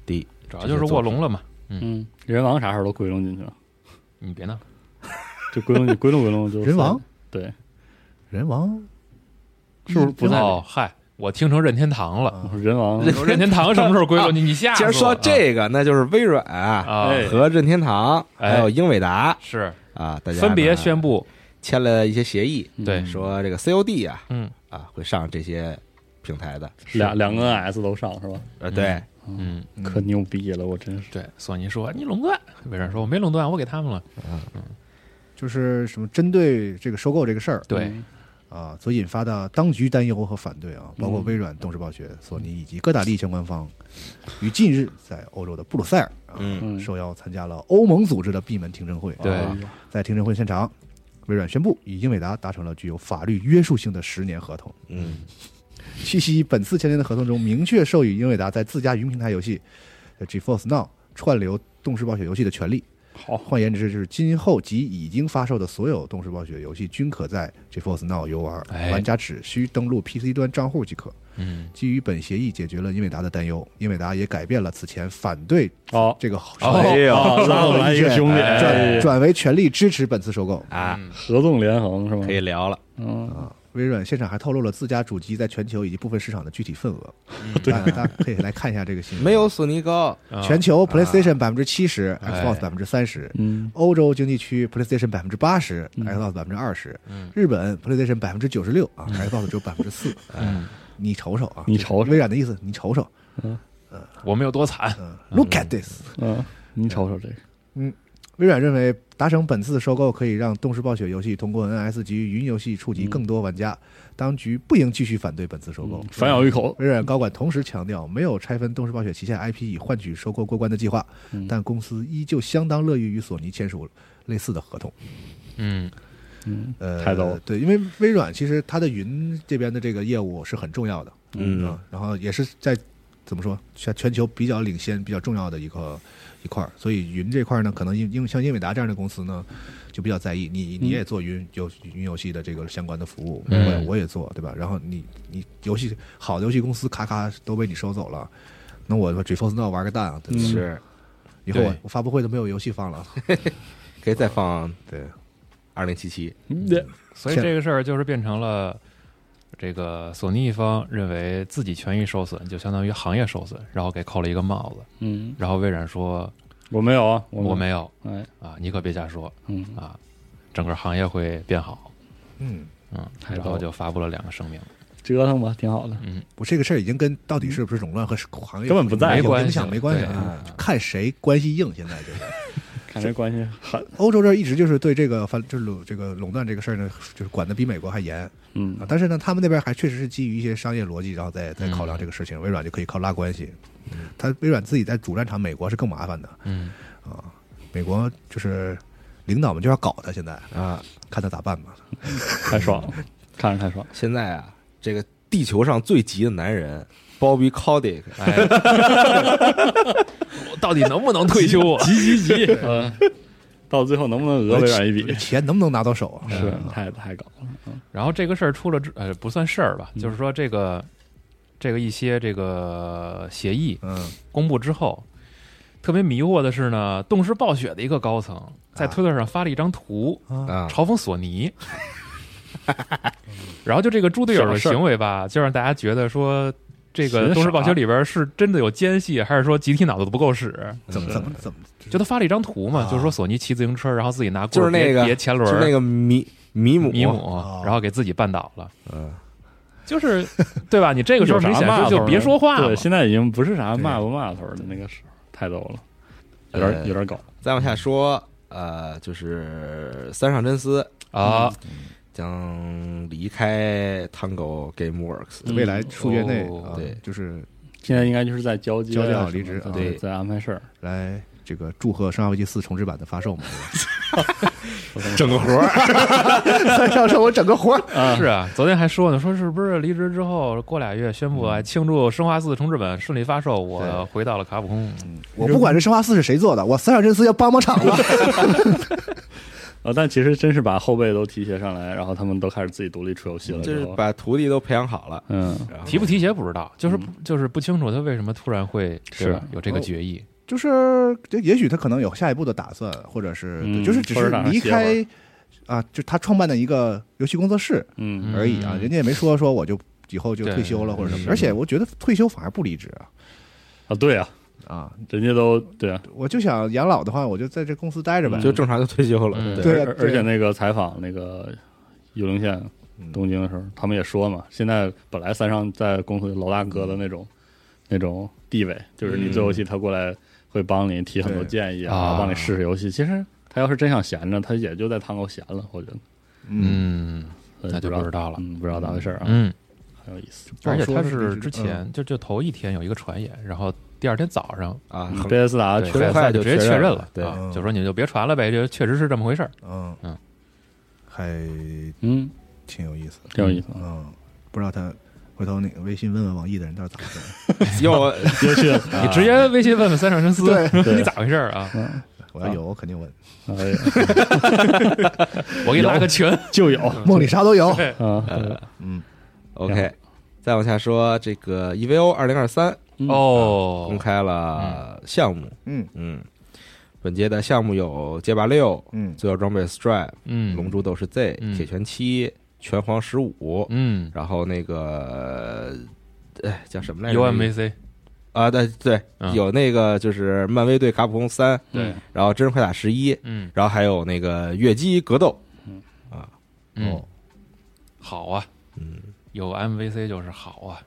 D，
主要就是卧龙了嘛，
嗯，人王啥时候都归拢进去了，
你别闹，
就归拢进归拢归拢就
人王
对，
人王
是不是不在里？嗯
哦，嗨，我听成任天堂了。
人王啊
任
任天堂什么时候归拢你？你吓死
既
我
然
了！
说到这个，那就是微软啊
啊，
哎
和任天堂
哎
还有英伟达
是
啊，大家
分别
呢
宣布
签了一些协议，
嗯
对
说这个 COD 啊
嗯
啊会上这些平台的，
两两个 NS 都上是吧？
呃对，
嗯，
可牛逼了，我真是。
对，索尼说你垄断，微软说我没垄断，我给他们了。
就是什么针对这个收购这个事儿
对，
嗯
啊，所引发的当局担忧和反对啊，包括
嗯
微软、动视暴雪、索尼以及各大利益相关方，于近日在欧洲的布鲁塞尔啊，
嗯
嗯，
受邀参加了欧盟组织的闭门听证会。
对
啊
在听证会现场，微软宣布与英伟达达成了具有法律约束性的十年合同。
嗯
据悉，本次签订的合同中明确授予英伟达在自家云平台游戏呃 GeForce Now 串流动视暴雪游戏的权利。
好，
换言之，就是今后及已经发售的所有动视暴雪游戏均可在 GeForce Now 游玩，
哎
玩家只需登录 PC 端账户即可。
嗯，
基于本协议解决了英伟达的担忧，英伟达也改变了此前反对
好，
这个
哎
哦
呀，
哦
拉拢来一个兄弟，
转、
哎
转为全力支持本次收购。
啊，
合纵连横是吗？
可以聊了，
嗯，
啊，微软现场还透露了自家主机在全球以及部分市场的具体 份额，大家大家可以来看一下这个新闻。
没有索尼高，
啊
全球 PlayStation 百分之七十
哎
，Xbox 百分之三十，
嗯，
欧洲经济区 PlayStation 百分之八十，Xbox 百分之二十，日本 PlayStation 百分之九十六啊，Xbox 只有百分 之四。哎
嗯，
你瞅瞅啊，
嗯你瞅瞅
微软的意思，你瞅瞅，
我们有多惨？
嗯，Look at this。
嗯，你瞅瞅这个，
微软认为，达成本次的收购可以让动视暴雪游戏通过 NS 及云游戏触及更多玩家，当局不应继续反对本次收购。
嗯反咬一口，
微软高管同时强调，没有拆分动视暴雪旗下 IP 以换取收购过关的计划，
嗯
但公司依旧相当乐于与索尼签署类似的合同。
嗯
嗯，
呃，
太逗了
对，因为微软其实它的云这边的这个业务是很重要的，
嗯
啊，然后也是在怎么说全全球比较领先、比较重要的一个一块儿，所以云这块儿呢，可能因因为像英伟达这样的公司呢，就比较在意。你你也做云游云游戏的这个相关的服务，我
嗯
也我也做，对吧？然后你你游戏好的游戏公司咔咔都被你收走了。那我说 GeForce Now 玩个蛋啊！对吧
嗯
是
以后我
对
我发布会都没有游戏放了。
可以再放
对，
二零七七，
嗯对，
所以这个事儿就是变成了。这个索尼一方认为自己权益受损，就相当于行业受损，然后给扣了一个帽子。
嗯，
然后微软说
我没有啊，我
我，没有
哎，
啊，你可别瞎说
嗯，
啊，整个行业会变好。
嗯，
嗯，
太
然
逗
后
了
就发布了两个声明。
折腾吧，挺好的，
我这个事儿已经跟到底是不是垄断和行业
嗯根本不在
有
没关系
影响没关系
对
啊
嗯，
就看谁关系硬。现在 就是
看这关系狠，
欧洲这儿一直就是对这个反就是垄这个垄断这个事儿呢，就是管的比美国还严
嗯
啊。但是呢，他们那边还确实是基于一些商业逻辑，然后再再考量这个事
嗯
情。微软就可以靠拉关系，他微软自己在主战场美国是更麻烦的，啊
嗯
美国就是领导们就要搞他，现在啊，看他咋办吧。
太爽了，看着太爽，
现在啊，这个地球上最急的男人 Bobby Kotick
哎， 我到底能不能退休啊？
急急急，嗯，到最后能不能讹微软一笔？
钱能不能拿到手啊？
是太太搞了，
然后这个事儿出了之，呃，不算事儿吧，就是说这个这个一些这个协议
嗯，
公布之后，特别迷惑的是呢，动视暴雪的一个高层在推特上发了一张图，
啊，
嘲讽索尼。然后就这个猪队友的行为吧，就让大家觉得说，这个
谁
动视暴
傻
雪里边是真的有奸细，还是说集体脑子都不够使？
嗯怎么怎么怎么
嗯
就他发了一张图嘛，
啊
就是说索尼骑自行车，然后自己拿
就
棍
是
儿
那
别
个
别前
就
轮
是
儿，
那个米米姆
米姆，
哦
然后给自己绊倒了。
嗯，
就是对吧？你这
这
个时候明显是就别说话了
对，。现在已经不是啥
对
骂不骂头的那个事儿，太逗了，有点
呃
有点搞，
再往下说，呃，就是三上真司
啊，
将离开 Tango GameWorks，
嗯
未来数月内
哦
啊
对，
就是
现在应该就是在交接
交接好
啊什么的，
离职啊
对，
对
在安排事儿，
来这个祝贺《生化危机四》重置版的发售嘛。
整个活儿，
三上说：“我整个活儿。
啊
是啊，昨天还说呢，说是不是离职之后过俩月宣布啊，庆祝《生化四》重置本顺利发售，我回到了卡普空。
我不管这生化四是谁做的，我三上真司要帮帮场子。
嗯
啊，但其实真是把后辈都提携上来，然后他们都开始自己独立出游戏了，
就
之
是
后
把徒弟都培养好了，
嗯，
然后
提不提携不知道，就是就是不清楚他为什么突然会对吧
是
有这个决议。
就是，就也许他可能有下一步的打算，或者是，
嗯
对就是只是离
或者打算歇
开啊，就他创办的一个游戏工作室
嗯
嗯
而已啊，人家也没说说我就以后就
对
退休了或者什么
是
的。而且我觉得退休反而不离职啊
啊，对啊，
啊！
人家都对啊，
我就想养老的话，我就在这公司待着呗。
就正常就退休了。
嗯
对
对啊对
而
啊
而且那个采访那个幽灵县
嗯
东京的时候，他们也说嘛，现在本来三上在公司老大哥的那种、
嗯
那种地位，就是你做游戏，他过来会帮你提很多
对
建议
啊
啊，帮你试试游戏。其实他要是真想闲着，他也就在汤沟闲了，我觉得。
嗯，
呃
那就不知道了
嗯，不知道咋回事儿啊，
嗯，
很有意思。
不好
而且
说
他
嗯是
是
离
之
职
前就就头一天有一个传言，然后第二天早上
啊，
嗯
很
贝斯达
对
确
很
实
快
快
就
就
直接确
确认
认
了
了，
对
啊
嗯
就说你们就别传了呗，这确实是这么回事儿。
嗯
嗯
嗯，还
嗯，
挺有意思的。
挺有意思啊，
嗯，不知道他回头那个微信问问网易的人到底咋回事。
要
有趣。
你直接微信问问三上真司， 你咋回事儿啊？
我要有，我肯定问。
嗯
哎呀
我给你拉个群，
就有
梦里啥都有。
呃
啊，
嗯
OK。再往下说，这个 EVO 二零二三
嗯
哦，
公开了项目，
嗯
嗯，本届的项目有街霸六、
嗯
最耀装备 Stripe、
嗯，
龙，珠斗士 Z、
嗯
铁拳七、拳皇十五，
嗯
然后那个，哎，叫什么来着？
，UMAC，
啊，对对，
嗯
有那个就是漫威对卡普空三，
对，
然后真人快打十一，
嗯
然后还有那个越级格斗，啊
嗯
哦，，
好啊，
嗯，
有 MVC 就是好啊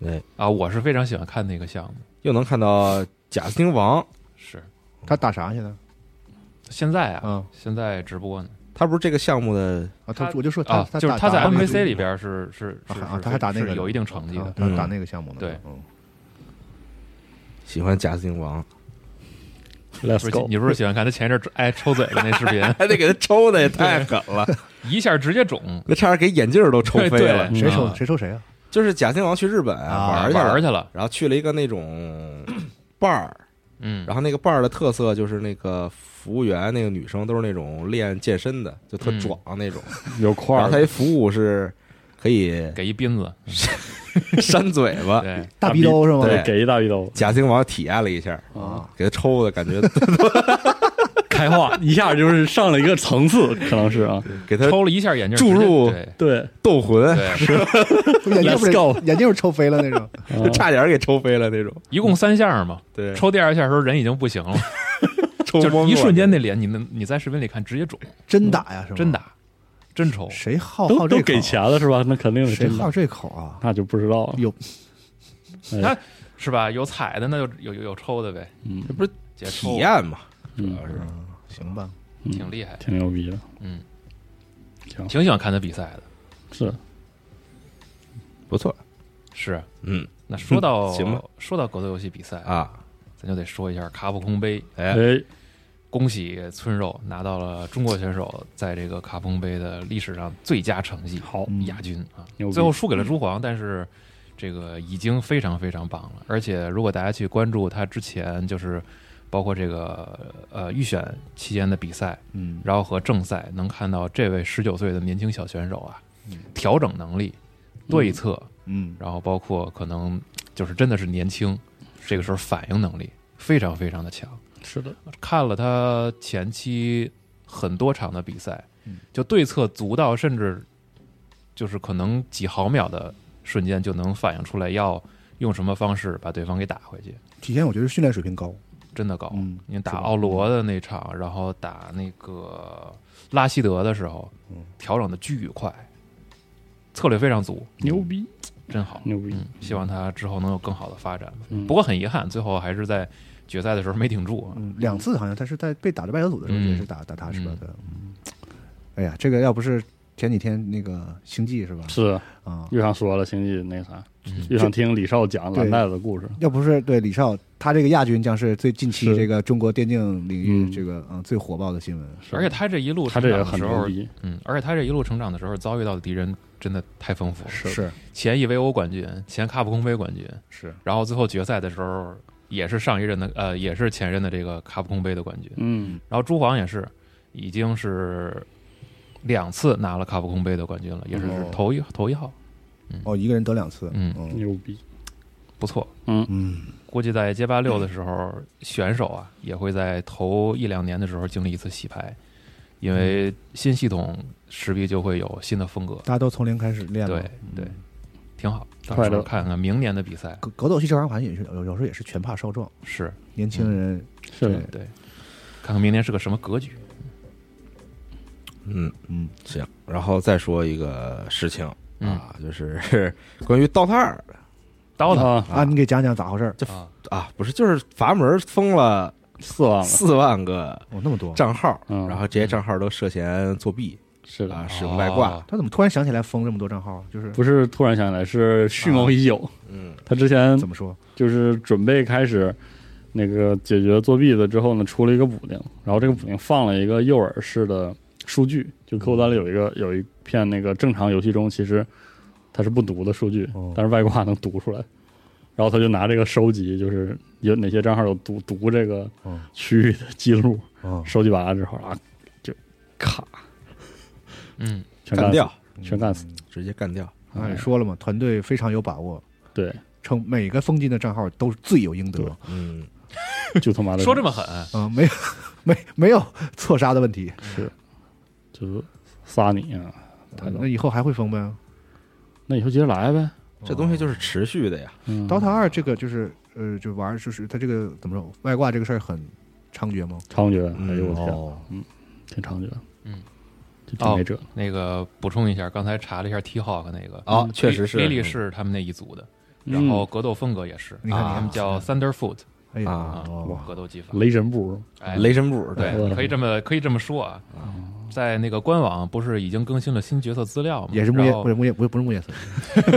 对，
啊！我是非常喜欢看那个项目，
又能看到贾斯汀王，
是
他打啥去了？
现在啊，
嗯
现在直播呢
他不是这个项目的，
啊，他
他
我就说
啊，
他
就是
他
他在
打
MVC 里边是是是，
啊
是
他还打那个
是有一定成绩
啊
的，
他
嗯
打那个项目呢。
对
嗯，
喜欢贾斯 汀王，
不
Let's
是
go！
你不是喜欢看他前一阵儿挨抽嘴的那视频，
还得给他抽的也太狠 了，
一下直接肿，
那差点给眼镜儿都 抽飞了
对。
谁抽
啊
谁抽谁啊？
就是贾斯汀王去日本
啊
玩
玩儿
去
去
了，
了，
然后去了一个那种 伴儿，
嗯，
然后那个伴儿的特色就是那个服务员那个女生都是那种练健身的，就特
嗯
壮那 种，
有块
然后他
儿
一服务是可以
给一鞭子，
扇嘴 巴。
对，
大逼兜是吗？
对，给一大逼兜
贾斯汀王体验了一下，
啊，
给他抽的 感觉，
开化啊一下就是上了一个层次，可能是啊，
给他
抽了一下眼镜
注入
直 接
对，
斗魂，
对对，
眼镜
Let's go
不是眼镜抽飞了那种。
啊
就 差点给抽飞了那种。
一共三下嘛，
对，
抽第二下的时候人已经不行了，
抽
就
懵
是
了
一瞬间那脸，你能你在视频里看直接肿，
真打呀，是吗？
真。打，真抽，
谁好
都
好这
都
口啊
给钱了是吧？那肯定是
谁
真
好
的，
这口啊？
那就不知道了。
有
那是吧？有踩的那就有有有抽的呗，
嗯
这不是
直接
体
抽，
验嘛，主
嗯
要是
行吧？
嗯
挺厉害的，
挺牛逼的，
嗯，
行
挺喜欢看他比赛的，
是
不错。
是。
嗯
那说到
嗯行吧
说到格斗游戏比赛，
啊，
咱就得说一下卡普空杯。
哎
哎，
恭喜村肉拿到了中国选手在这个卡普空杯的历史上最佳成绩，
好
亚军啊
嗯
牛！逼
最后输给了朱黄，但是这个已经非常非常棒了。而且如果大家去关注他之前，就是包括这个呃预选期间的比赛，
嗯，
然后和正赛，能看到这位十九岁的年轻小选手啊，
嗯
调整能力、对策，
嗯，
然后包括可能就是真的是年轻，这个时候反应能力非常非常的嗯强。
是的，
看了他前期很多场的比赛，就对策足到甚至就是可能几毫秒的瞬间就能反应出来要用什么方式把对方给打回去，
体现我觉得训练水平高。
真的高。
嗯
你打奥罗的那场，然后打那个拉希德的时候，调整的巨快，策略非常足，
牛逼
真好。
牛逼，
嗯，希望他之后能有更好的发展。
嗯
不过很遗憾，最后还是在决赛的时候没顶住。啊
嗯，两次好像他是在被打到败小组的时候
嗯
也是打打他是吧？对。嗯哎呀，这个要不是前几天那个星际是吧？
是
啊，
又想说了，星际那啥
嗯，
又想听李少讲
对
蓝带子的故事，
要不是对李少，他这个亚军将是最近期
是
这个中国电竞领域
嗯
这个嗯最火爆的新闻。
是
而且他这一路
他这
成
也
长的
很
时
牛
候
逼，
嗯，而且他这一路成长的时候，遭遇到的敌人真的太丰富了，
是
前 EVO 冠军，前卡普空杯冠军，
是，
然后最后决赛的时候也是上一任的呃，也是前任的这个卡普空杯的冠军，
嗯，
然后朱黄也是已经是两次拿了卡普空杯的冠军了，也是
哦
头一、头一号，
哦，一个人得两次。
嗯
嗯
牛逼，
不错。
嗯，
估计在街霸六的时候，选手啊也会在头一两年的时候经历一次洗牌，因为新系统势必就会有新的风格。
大家都从零开始练嘛。
对对，挺好。到
快
时候
乐
看看明年的比赛
格格斗系这玩意儿好像也是有有时候也是拳怕少壮，
是
年轻人
是的，
对，看看明年是个什么格局。
嗯
嗯，
行，然后再说一个事情
嗯
啊，就是 关于 DOTA 二
刀塔
啊，
啊，你给讲讲咋回事儿？
啊，
啊，不是，就是阀门封了
四万了，
四万个
哦，那么多，
账号，
嗯
然后这些账号都涉嫌作弊
是的，
啊，使用外挂
哦，
他怎么突然想起来封这么多账号啊？就是
不是突然想起来，是蓄谋已
啊
久。
嗯
他之前
怎么说？
就是准备开始那个解决作弊的之后呢，出了一个补丁，然后这个补丁放了一个诱饵式的数据，就客户端里有一个有一片那个正常游戏中其实它是不读的数据
哦，
但是外挂能读出来，然后他就拿这个收集，就是有哪些账号有读读这个
哦
区域的记录，
哦，
收集完了之后啊，就咔
嗯，
全
干
干
掉，嗯
死，全干死，
直接干掉。
那你哎说了嘛，团队非常有把握，
对，
称每个封禁的账号都是罪有应得
对
嗯，
就他 妈的
说这么狠，
啊，没没没有错杀的问题。
是，就是撒你啊，太
嗯那
逗，
以后还会封呗
那以后接着来呗。
这东西就是持续的呀。
嗯
哦？DOTA 二这个就是呃，就玩儿就是它这个怎么说外挂这个事儿很猖獗吗？
猖獗，
嗯
哎呦我天，，挺猖獗，
嗯，
这真没辙。
那个补充一下，刚才查了一下 T Hawk 那个，
哦，确实是
莉莉是他们那一组的，
嗯
然后格斗风格也是，
你看
他们
你看
叫 Thunderfoot
嗯
哎呀，
啊
啊
哦，
格斗技法，
雷神步
哎，
雷神部，
对，
嗯
可以这么可以这么说啊。在那个官网不是已经更新了新角色资料吗？
也是木叶
然，后
不是木叶，不是不是木叶村，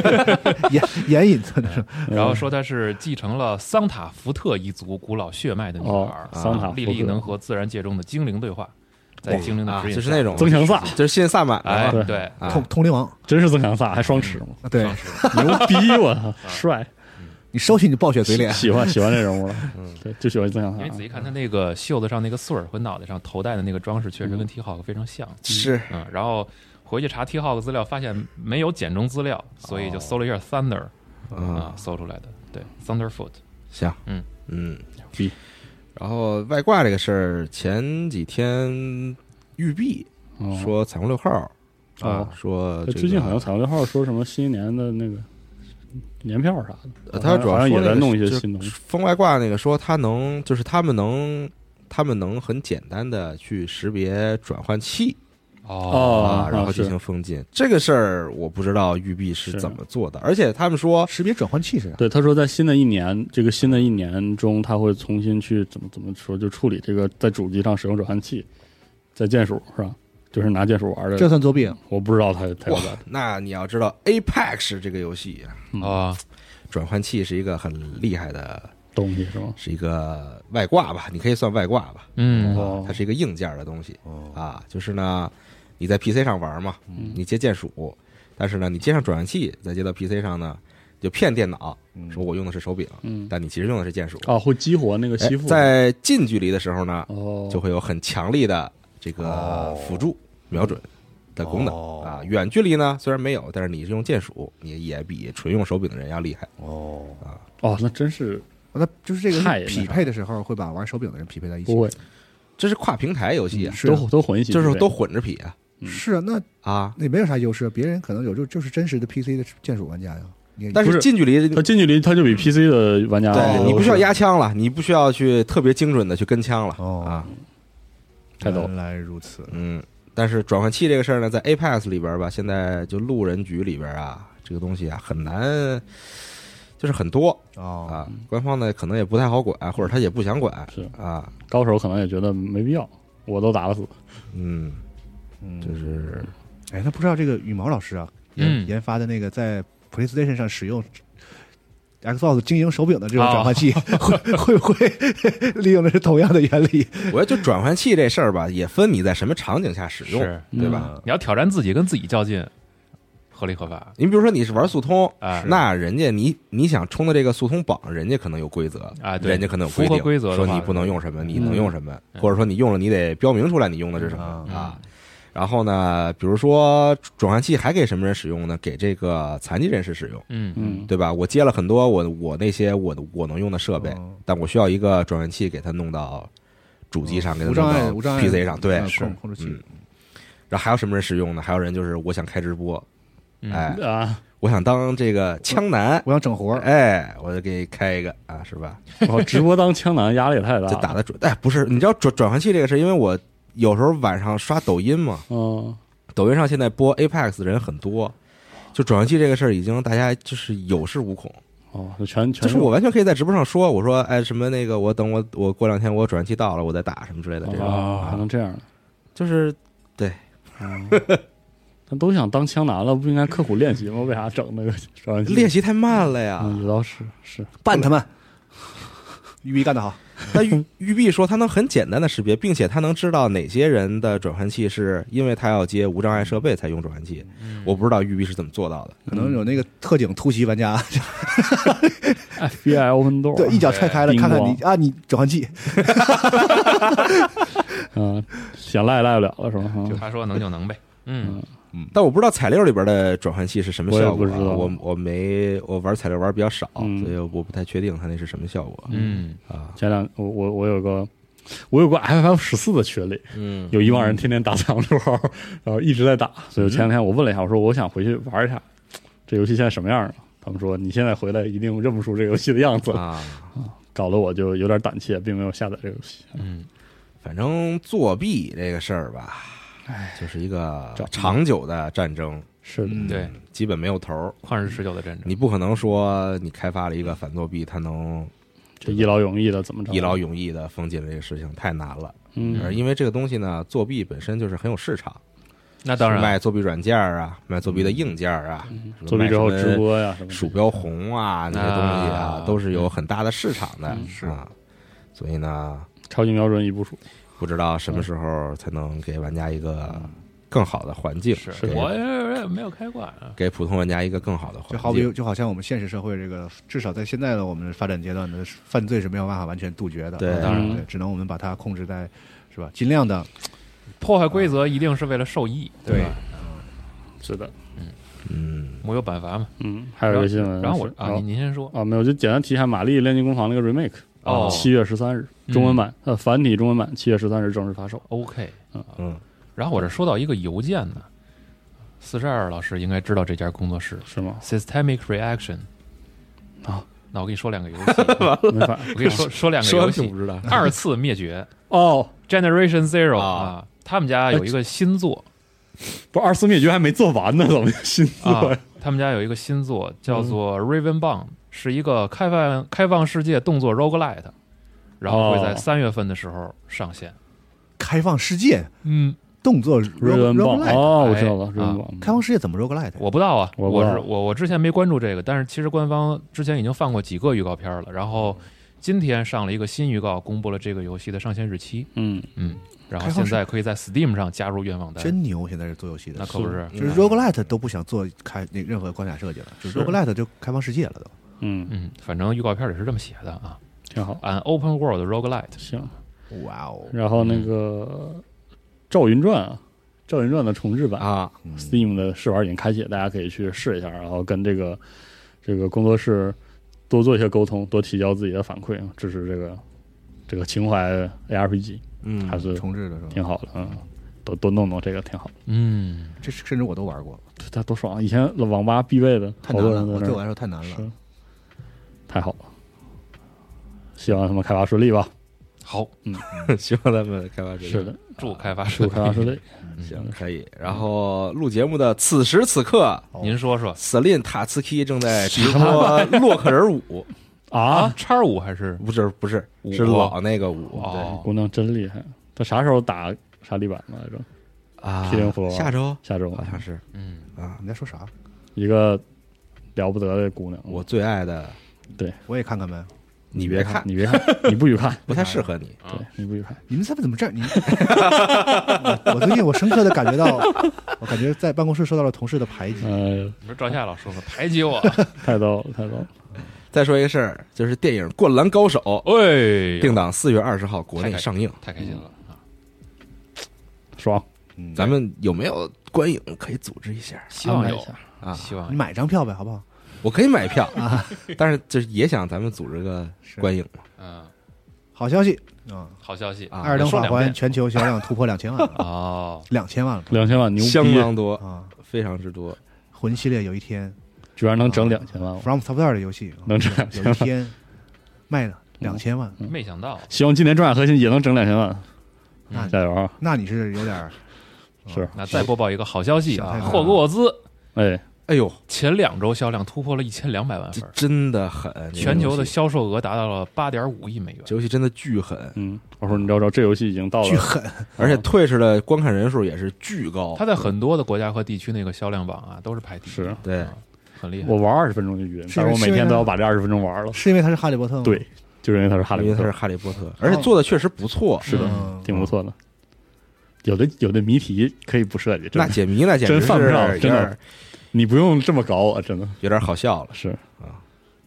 眼眼影村的是
嗯
然后说她是继承了桑塔福特一族古老血脉的女
哦
儿，，
桑塔
莉
福
莉
克
能和自然界中的精灵对话，在精灵的
啊，
指引
就是
下
那种
增强萨，
就是信萨满的
哎
嘛
对
对，
啊
通通灵王，
真是增强萨，还双齿 吗？
啊对
牛逼！我
啊
操，帅，
你收起你暴雪嘴脸，
喜欢喜欢这人物了， 对，就喜欢增强
嗯哎因为仔
萨
细。看他那个袖子上那个穗儿和脑袋上头戴的那个装饰，确实跟 T Hawk 非常像。
是
嗯，然后回去查 T Hawk 资料，发现没有简中资料，所以就搜了一下 Thunder 啊
啊，，
搜出来的。对，Thunderfoot
行，
嗯
嗯
逼。
然后外挂这个事儿，前几天玉碧
哦
说彩虹六号
哦，
说
他
这
最近
个
好像彩虹六号说什么新年的那个年票啥的，
呃他主
好
要
像
说
也在
那个
弄一些
就是
新东西
封外挂那个说他能，就是他们能，他们能很简单的去识别转换器
哦
啊，然后
是
进行封禁。这个事儿我不知道育碧是
是
怎么做的，而且他们说
识别转换器是啥？
对，他说在新的一年，这个新的一年中，他会重新去怎么怎么说，就处理这个在主机上使用转换器，在键鼠是吧？就是拿键鼠玩
这
的，
算作弊？啊
我不知道他他
哇
要干嘛，
那你要知道 Apex 这个游戏啊
啊，
转换器是一个很厉害的，
东西是吗？哦
是一个外挂吧，你可以算外挂吧，
嗯，
哦
它是一个硬件的东西
哦
啊，就是呢，你在 PC 上玩嘛，你接键鼠，但是呢，你接上转换器，再接到 PC 上呢，就骗电脑说我用的是手柄，
嗯
但你其实用的是键鼠。
啊，会激活那个
哎
吸附，
在近距离的时候呢，
哦，
就会有很强力的这个辅助瞄准的功能
哦
啊。远距离呢虽然没有，但是你是用键鼠，你也比纯用手柄的人要厉害。
哦，
哦，那真是
那就是这
太
个
那
匹
啥
配的时候会把玩手柄的人匹配在一起
不，会，
这是跨平台游戏啊，
是啊
都都混一起匹
就
配，
是都混着匹啊
嗯
是啊，那
啊。
那没有啥优势，别人可能有就就是真实的 PC 的键鼠玩家呀。你
但
不
是
是
近距离，
他近距离他就比 PC 啊的玩家
嗯对
要
你不需要
优势
压枪了，你不需要去特别精准的去跟枪了
哦
啊。
太逗了
原来如此，
嗯，但是转换器这个事儿呢，在 Apex 里边儿吧，现在就路人局里边儿啊，这个东西啊很难，就是很多
哦，
啊。官方呢可能也不太好管，或者他也不想管，
是
啊，
高手可能也觉得没必要，我都打得死，
嗯，
嗯
就是
哎，那不知道这个羽毛老师啊，研、
嗯
研发的那个在 PlayStation 上使用 Xbox 精英手柄的这种转换
哦
器，会会不会利用的是同样的原理？
我觉得就转换器这事儿吧，也分你在什么场景下使用，
是
对吧？
你要挑战自己，跟自己较劲，合理合法。
你比如说你是玩速通，
啊
那人家你你想冲的这个速通榜，人家可能有规则
啊对
人家可能有规
符
定，
合规则的话
说你不能用什么，你能用什么，或者说你用了，你得标明出来你用的是什么
嗯
啊。然后呢，比如说转换器还给什么人使用呢？给这个残疾人士使用，
嗯，
嗯，
对吧？我接了很多我我那些我的我能用的设备，
哦
但我需要一个转换器给它弄到主机上，给它
嗯无障碍
弄到
无障碍
PC 上，对
嗯，
是
控控制器
嗯然后还有什么人使用呢？还有人就是我想开直播，
嗯
哎，
啊，
我想当这个枪男，
我想整活儿，
哎，我就给你开一个啊，嗯是吧？
我哦直播当枪男压力也太大
这打
了。
的准，哎，不是，你知道转转换器这个事，因为我有时候晚上刷抖音嘛，
嗯，
抖音上现在播 Apex 的人很多，就转换器这个事儿已经大家就是有恃无恐，
哦，就全全
就是我完全可以在直播上说，我说哎什么那个我等我我过两天我转换器到了我再打什么之类的这种，
啊，还能这样。
就是
啊但都想当枪男了，不应该刻苦练习吗？为啥整 那个专业
练习太慢了呀。
啊？有道是是，
办他们。玉碧干得好，
但玉玉碧说，他能很简单的识别，并且他能知道哪些人的转换器是因为他要接无障碍设备才用转换器。
嗯
我不知道玉碧是怎么做到的。
可能有那个特警突袭玩家，
FBI Open Door，啊
对，一脚踹开了，
叮
看看
咣
你啊，你转换器，
啊，想赖也赖不了了是吧？啊
他说能就能呗。嗯，
但我不知道彩六里边的转换器是什么效
我
果、
也
啊，
不知道
我我没我玩彩六玩比较少，
嗯
所以我不太确定它那是什么效果。
嗯，
啊，
前两我我我有个我有个 FF 十四的群里，
嗯，
有一帮人天天打藏珠号，然后一直在打。所以前两天我问了一下，我说我想回去玩一下，这游戏现在什么样了？他们说你现在回来一定认不出这个游戏的样子，
啊，
搞得我就有点胆怯，并没有下载这个游戏。
反正作弊这个事儿吧，就是一个
找
长久的战争，
是的，
嗯对，
基本没有头儿。
旷日持久的战争。
你不可能说你开发了一个反作弊，它能
这一劳永逸的怎么着？
一劳永逸的封禁这个事情太难了。
嗯
而因为这个东西呢，作弊本身就是很有市场，
那当然，
卖作弊软件儿啊，卖作弊的硬件儿啊，什么
作弊之后
卖什么
直播呀什么的
鼠标红啊那些东西啊
啊，
都是有很大的市场的，是啊，所以呢，
超级瞄准已部署，
不知道什么时候才能给玩家一个更好的环境，
是
给
我也没有开挂啊。
给普通玩家一个更好的
就
环
好比
境。
就好像我们现实社会这个，至少在现在的我们发展阶段的犯罪是没有办法完全杜绝的，啊
对
当
然了
对，只能我们把它控制在，是吧？尽量的，
破坏规则一定是为了受益，对吧？
是的，
嗯，
没有办法嘛。
嗯，还有一个新闻是，
然后我啊，
哦
您您先说。
啊，没有，就简单提一下《玛丽炼金工坊》那个 remake，啊
哦
七月十三日中文版，呃，繁体中文版七月十三日正式发售。
OK，
嗯，
然后我这收到一个邮件呢，四十二老师应该知道这家工作室？
是吗
Systemic Reaction
啊，
那我跟你说两个游 戏，
没反
我跟你说说两个游
并
戏
不，知道，
二次灭绝
哦，
Generation Zero
啊
啊，他们家有一个新作
不是二次灭绝还没做完呢，怎么就新做
啊
呀？，
他们家有一个新作叫做 Raven b o n d 是一个开放开放世界动作 roguelite，然后会在
哦
三月份的时候上线。
开放世界，
嗯，
动作
瑞文
rogue
棒
roguelite，
哦，我知道了，
哎
瑞文棒，
开放世界怎么 roguelite？
我不知道啊，
我
我
不知道
是我我之前没关注这个，但是其实官方之前已经放过几个预告片了，然后今天上了一个新预告，公布了这个游戏的上线日期。
嗯，
嗯，然后
开放
现
式
在可以在 Steam 上加入愿望单，
真牛！现在是做游戏
那
的，
可不是。
就是 roguelite 都不想做开那任何关卡设计了，就是是 roguelite 就开放世界了都。
嗯，
嗯，反正预告片里是这么写的啊
挺好，
，An open world
嗯
roguelite。
行。
哇哦！
然后那个《赵云传》啊，《赵云传》的重置版
啊，
Steam 的试玩已经开启，大家可以去试一下，然后跟这个这个工作室多做一些沟通，多提交自己的反馈，支持这个这个情怀 ARPG
嗯
还是
重置的是吧？
挺好的，嗯，多多弄弄这个挺好，
嗯，
这甚至我都玩过，
它多爽啊！以前网吧必备的，
太
好
难
多
了，
人
我
在
对
那
我
儿
来说太难了。
是太好了。希望他们开发顺利吧。
好，
希望他们开发这个
是的，
祝开发
啊祝
顺利
开发顺利。
行可以。然后录节目的此时此刻。
您说说
Selin 塔茨基正在直播洛克人舞，
啊！嗯
叉五还是
不是不是
舞
是老那个舞
哦
姑娘真厉害，她啥时候打沙地板来着？
啊
麒麟服
下周
下周
好像是
嗯
啊，
你在说啥？
一个了不得的姑娘，
我最爱的
我也看看呗。
你别看，
你别看，你不许看，
不太适合你。
对，你不许看。
你们三位怎么这 样？你，我最近我深刻的感觉到，我感觉在办公室受到了同事的排挤。
呃，
你说赵夏老师吗？排挤我，
太逗了，太逗了。
再说一个事儿，就是电影《灌篮高手》
哎，
定档四月二十号国内上映，
太开心了
嗯
啊！
爽，
嗯
咱们有没有观影可以组织一下
希望
安排一
有，
下
啊？
希望
你
有
买张票呗，好不好？
我可以买票， 但是就是也想咱们组织个观影嘛
嗯，
好消息啊！
好消息
啊
艾尔登
说
法
两
环
遍
全球销量突破两千万 了，
哦，
两千万了
两千万牛逼，啊
相当多，
啊！
非常之多。
魂系列有一天
居然能整两千万，
From Software 的游戏
哦能挣两
有
千
一
万，
天卖了
嗯
两千万，
没想到，
希望今年中亚核心也能整两千万，
那
加油啊！
那你是有点儿
是，
那再播报一个好消息
小太
啊，
阳
霍格沃兹
哎，
哎呦，
前两周销量突破了一千两百万
这
份，
真的狠，
全球
这个游
的
戏
销售额达到了八点五亿美元。
这游戏真的巨狠，
嗯，我说你知道这游戏已经到
巨
了，
狠，
而
嗯
且 Twitch 的观看人数也是巨高。
它在很多的国家和地区那个销量榜啊，都是排第一，
是
对
啊，很厉害
我。玩二十分钟就晕，
是
但是我
是
每
因为
天都
它
要把这二十分钟玩了，
是因为他是哈利波特吗？
对，就是因为它是哈
因
利
为它
波
是
特，哦
哈利波特，而且做的确实不错。
是的
嗯，
挺不错的。有的有的谜题可以不设计，真
那
的，
解谜那简直
真
是
犯不上
有
真
点
的
儿
你不用这么搞我，真的
有点儿好笑了。
是
啊。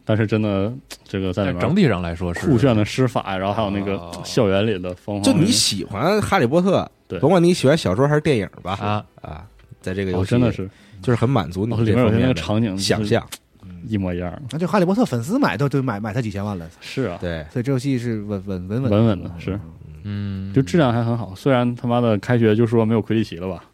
但是真的，这个在里
但
面
整体上来说是
酷炫的施法，然后还有那
哦
个校园里的疯狂，
就你喜欢哈利波特，
哦对
甭管你喜欢小说还是电影吧，
啊，
啊，在这个游
哦，
戏
真的是
就是很满足你
哦里
这
面有
方
些那
面
个
的
场景就是
想象，
一模一样，
那就哈利波特粉丝买都都买买他几千万了，
是啊，
对，
所以这游戏是稳稳稳稳
稳稳的是，
嗯，
就质量还很好。虽然他妈的开学就说没有魁地奇了吧，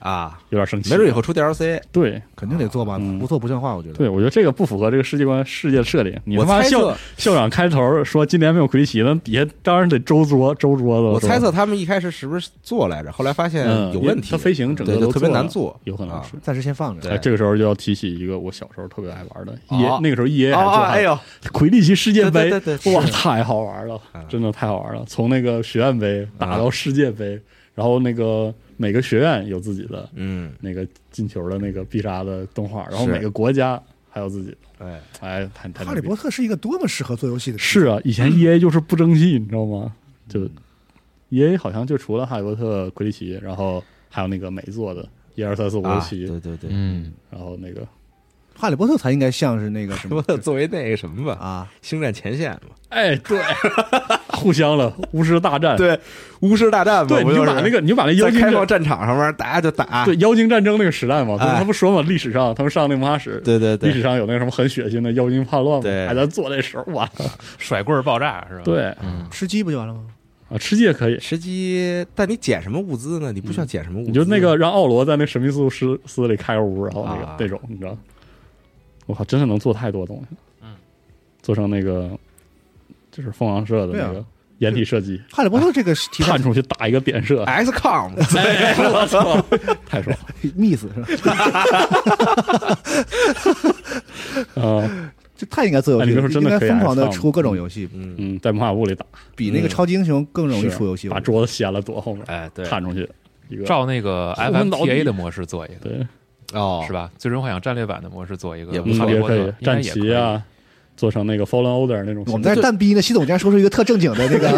啊，
有点生气。
没准以后出 DLC，
对
肯定得做吧，
嗯
不做不像话，我觉得。
对，我觉得这个不符合这个世界观、世界设定。你
我
他妈
猜
校
测，
校长开头说今年没有魁地奇，那底下当然得周桌周桌子了。
我猜
是吧
测他们一开始是不是做来着，后来发现
嗯
有问题，
它飞行整个
对，
都
就特别
做了
难做，
有可能
啊
是。
暂时先放着。
对
哎，这个时候就要提起一个我小时候特别爱玩的
哦
E，那个时候 E A 还
哦
做
哎
还有
呦，
魁地奇世界杯
对对对，对
哇，
是嗯
太好玩了，真的太好玩了！从那个学院杯打到世界杯，然后那个每个学院有自己的
嗯，
那个进球的那个必杀的动画，然后
是
每个国家还有自己的，
哎，
哎，太太
哈利波特是一个多么适合做游戏的，
是
嗯
啊，以前 E A 就是不争气，你知道吗？就 E A 好像就除了哈利波特、魁地奇，然后还有那个美作的一二三四五六
啊
七，
对对对，
嗯，
然后那个
哈利波特才应该像是那个什
不
么
过 作为那个什么吧，
啊，
星战前线嘛，
哎，对， 互相了，巫师大 战，
对，巫师大战嘛，
对，
不
你就是把那个，你就把那妖
在
精
开放
战，
战场上面大家就打，
对妖精战争那个时代嘛，他们
哎
他不说嘛，历史上他们上那魔法史，
对对
历史
对，
上有那个什么很血腥的妖精叛乱
对嗯
嘛，还在做那时候哇，
甩棍儿爆炸是吧？，
对
嗯，
吃鸡不就完了吗？
啊，吃鸡也可以，
吃鸡，但你捡什么物资呢？你不需要捡什么物资，
嗯你就那个让奥罗在那神秘宿司司里开个屋，然后那个、
啊
那种，你知道，我靠，真的能做太多东西了，嗯，做成那个就是凤凰社的那
对啊
个掩体射击，
哈利波特这个是题材
探出去打一个点射，
XCOM，
哎我操， 太爽了
miss 是吧？
啊！
就太应该做游戏
哎你
了，
说真的
应该
可以
疯狂的
iPhone
出各种游戏，
嗯，
嗯，在魔法部里打，
比那个超级英雄更容易出游戏。
是啊
我
把
觉得
桌子掀了躲后面，
哎，对，
探出去一个，
照那个
后门倒地
FMTA 的模式做一个，
对，
哦，
是吧？最终幻想战略版的模式做一个，
也不
嗯
错
哈利
也
波
可
特
以
应该
战
也可
旗
以，
啊，做成那个 Fallen Order 那种形式，
我们在这蛋逼呢，系统竟然说出一个特正经的那个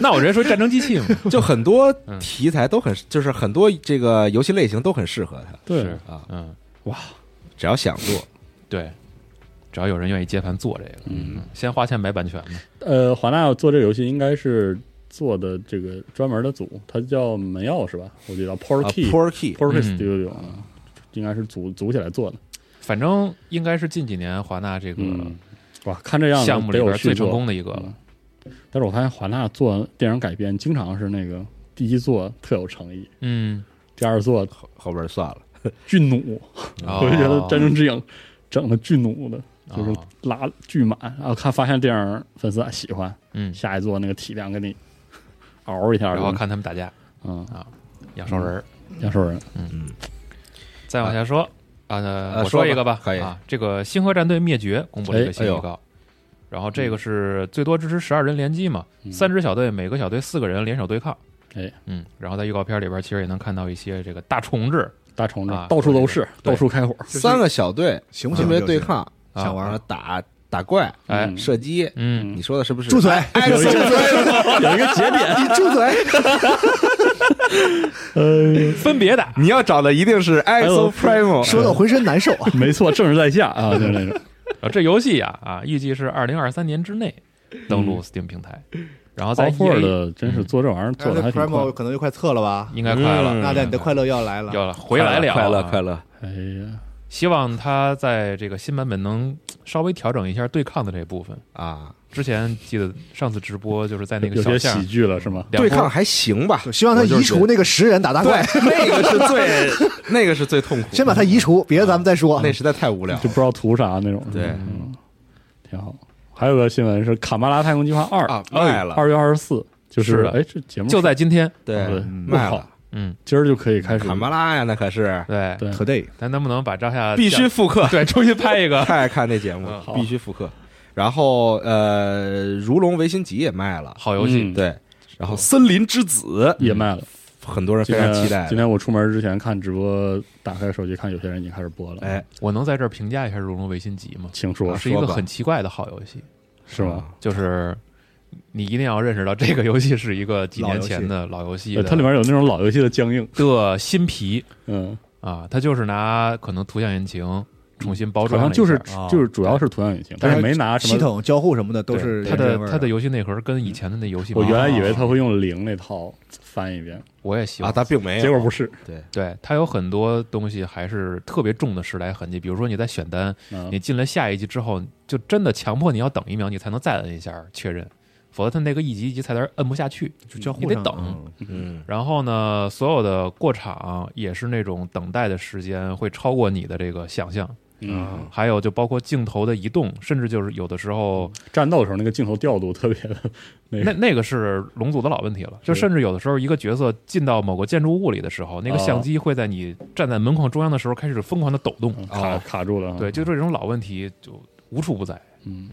那我直接说战争机器嘛，
就很多
嗯
题材都很，就是很多这个游戏类型都很适合他，
对
是，
啊
嗯，
只要想做，
对，只要有人愿意接盘做这个，
嗯，
先花钱买版权嘛，
呃，华纳做这个游戏应该是做的这个专门的组，它叫门钥是吧？我记得 p o r
啊
k e y p
，Poor Key，
o r k e
嗯
Studio，、应该是组组起来做的。
反正应该是近几年华纳这个
嗯，哇，看这样子
项目里
得
边
有
最
续
成
作
功的一个了
嗯。但是我发现华纳做电影改编，经常是那个第一做特有诚意，
嗯，
第二做
后后边算了，
巨努。我就觉得《战
是
争之影》整的巨努的，就是
嗯哦
拉巨满，然后看发现电影粉丝啊喜欢，
嗯，
下一座那个体量给你 嗷一下，
然后看他们打架，
嗯，
养兽人儿。
杨兽人，
再往下说啊，
呃
呃我
说吧
一个吧，
可以
啊。这个《星河战队灭绝》公布了一
哎
个新预告，然后这个是最多支持十二人联机嘛，
嗯
三支小队，每个小队四个人联手对抗。
哎，
嗯，然后在预告片里边其实也能看到一些这个大重置，
大虫子
啊
到处都是，
对
到处开火，
三个小队
行不行
分别
这游戏？
对抗，
啊
想玩
完
儿
了打打怪，
哎
嗯
射击，
嗯，
你说的是不是？哎
住嘴！
有一个 有一个节点，
你住嘴！
嗯分别打，
你要找的一定是 ISO
呦
Primo，
说的我浑身难受啊！
没错，正是在下啊，就是那种，
啊，这游戏啊啊，预计是二零二三年之内登陆 Steam 平台，然后在 E
包括
EA
的真是做这玩意儿 做的还挺快
Primo，可能就快测了吧？
应该快了，
嗯
那在你的快乐要来了。
要了回来了啊，
快乐快乐，
哎呀，
希望它在这个新版本能稍微调整一下对抗的这部分。
啊，
之前记得上次直播就是在那个
有
小
些
巷
喜剧了是吗？
两
对
波
抗还行吧
就，希望他
我就
移
是觉
除
得
那个十人打大怪，
对，那个是最那个是最痛苦的，
先把他移除，别的咱们再
啊
说。
那实在太无聊了
就不知道图啥那种。
啊对
嗯，挺好。还有个新闻是《卡马拉太空计划二》哎
啊卖了
二月二十四，就是
的
哎，这节目
就在今天。
对
对
卖
我靠
了
嗯，
今儿就可以开始
卡巴拉呀，那可是
对，
对
Today
咱能不能把张夏
必须复刻，
对，终于拍一个。
太爱看那节目
嗯
了
好，
必须复刻。然后呃，《如龙维新集》也卖了，
好游戏，
嗯
对，然后《森林之子
也卖了，》
很多人非
今
常
天
期待
今。天我出门之前看直播，打开手机看，有些人已经开始播了。
哎，，
我能在这儿评价一下《如龙维新集》吗？
请说
啊
是一个
说吧
很奇怪的好游戏，
是吗？
就是你一定要认识到这个游戏是一个几年前的老游戏
呃
的
它里面有那种老游戏的僵硬，
的新皮
嗯，
啊，它就是拿可能图像引擎重新包
好
装了一
像
下，
就是
啊
就是主要是图像引擎，但是没拿什
系
么。
统交互什么的都是
它
原汁原味
的
儿
它的游戏内核跟以前的那游戏，
我原来以
啊
为他会用零那套翻一遍，
我也希
啊，
望，
他并没有，
结果不是。
对它有很多东西还是特别重的时来痕迹，比如说你在选单，
嗯
你进了下一集之后，就真的强迫你要等一秒，你才能再摁一下确认，否则它那个一级一级菜单摁不下去。
就交互
你得
上
等
嗯
嗯，
然后呢，所有的过场也是那种等待的时间会超过你的这个想象，
嗯，
还有就包括镜头的移动，甚至就是有的时候，
战斗的时候那个镜头调度特别的那
那
个
那个是龙族的老问题了，就甚至有的时候一个角色进到某个建筑物里的时候，那个相机会在你站在门框中央的时候开始疯狂的抖动，
嗯卡
哦
卡住了。
对，，就这种老问题就无处不在
嗯，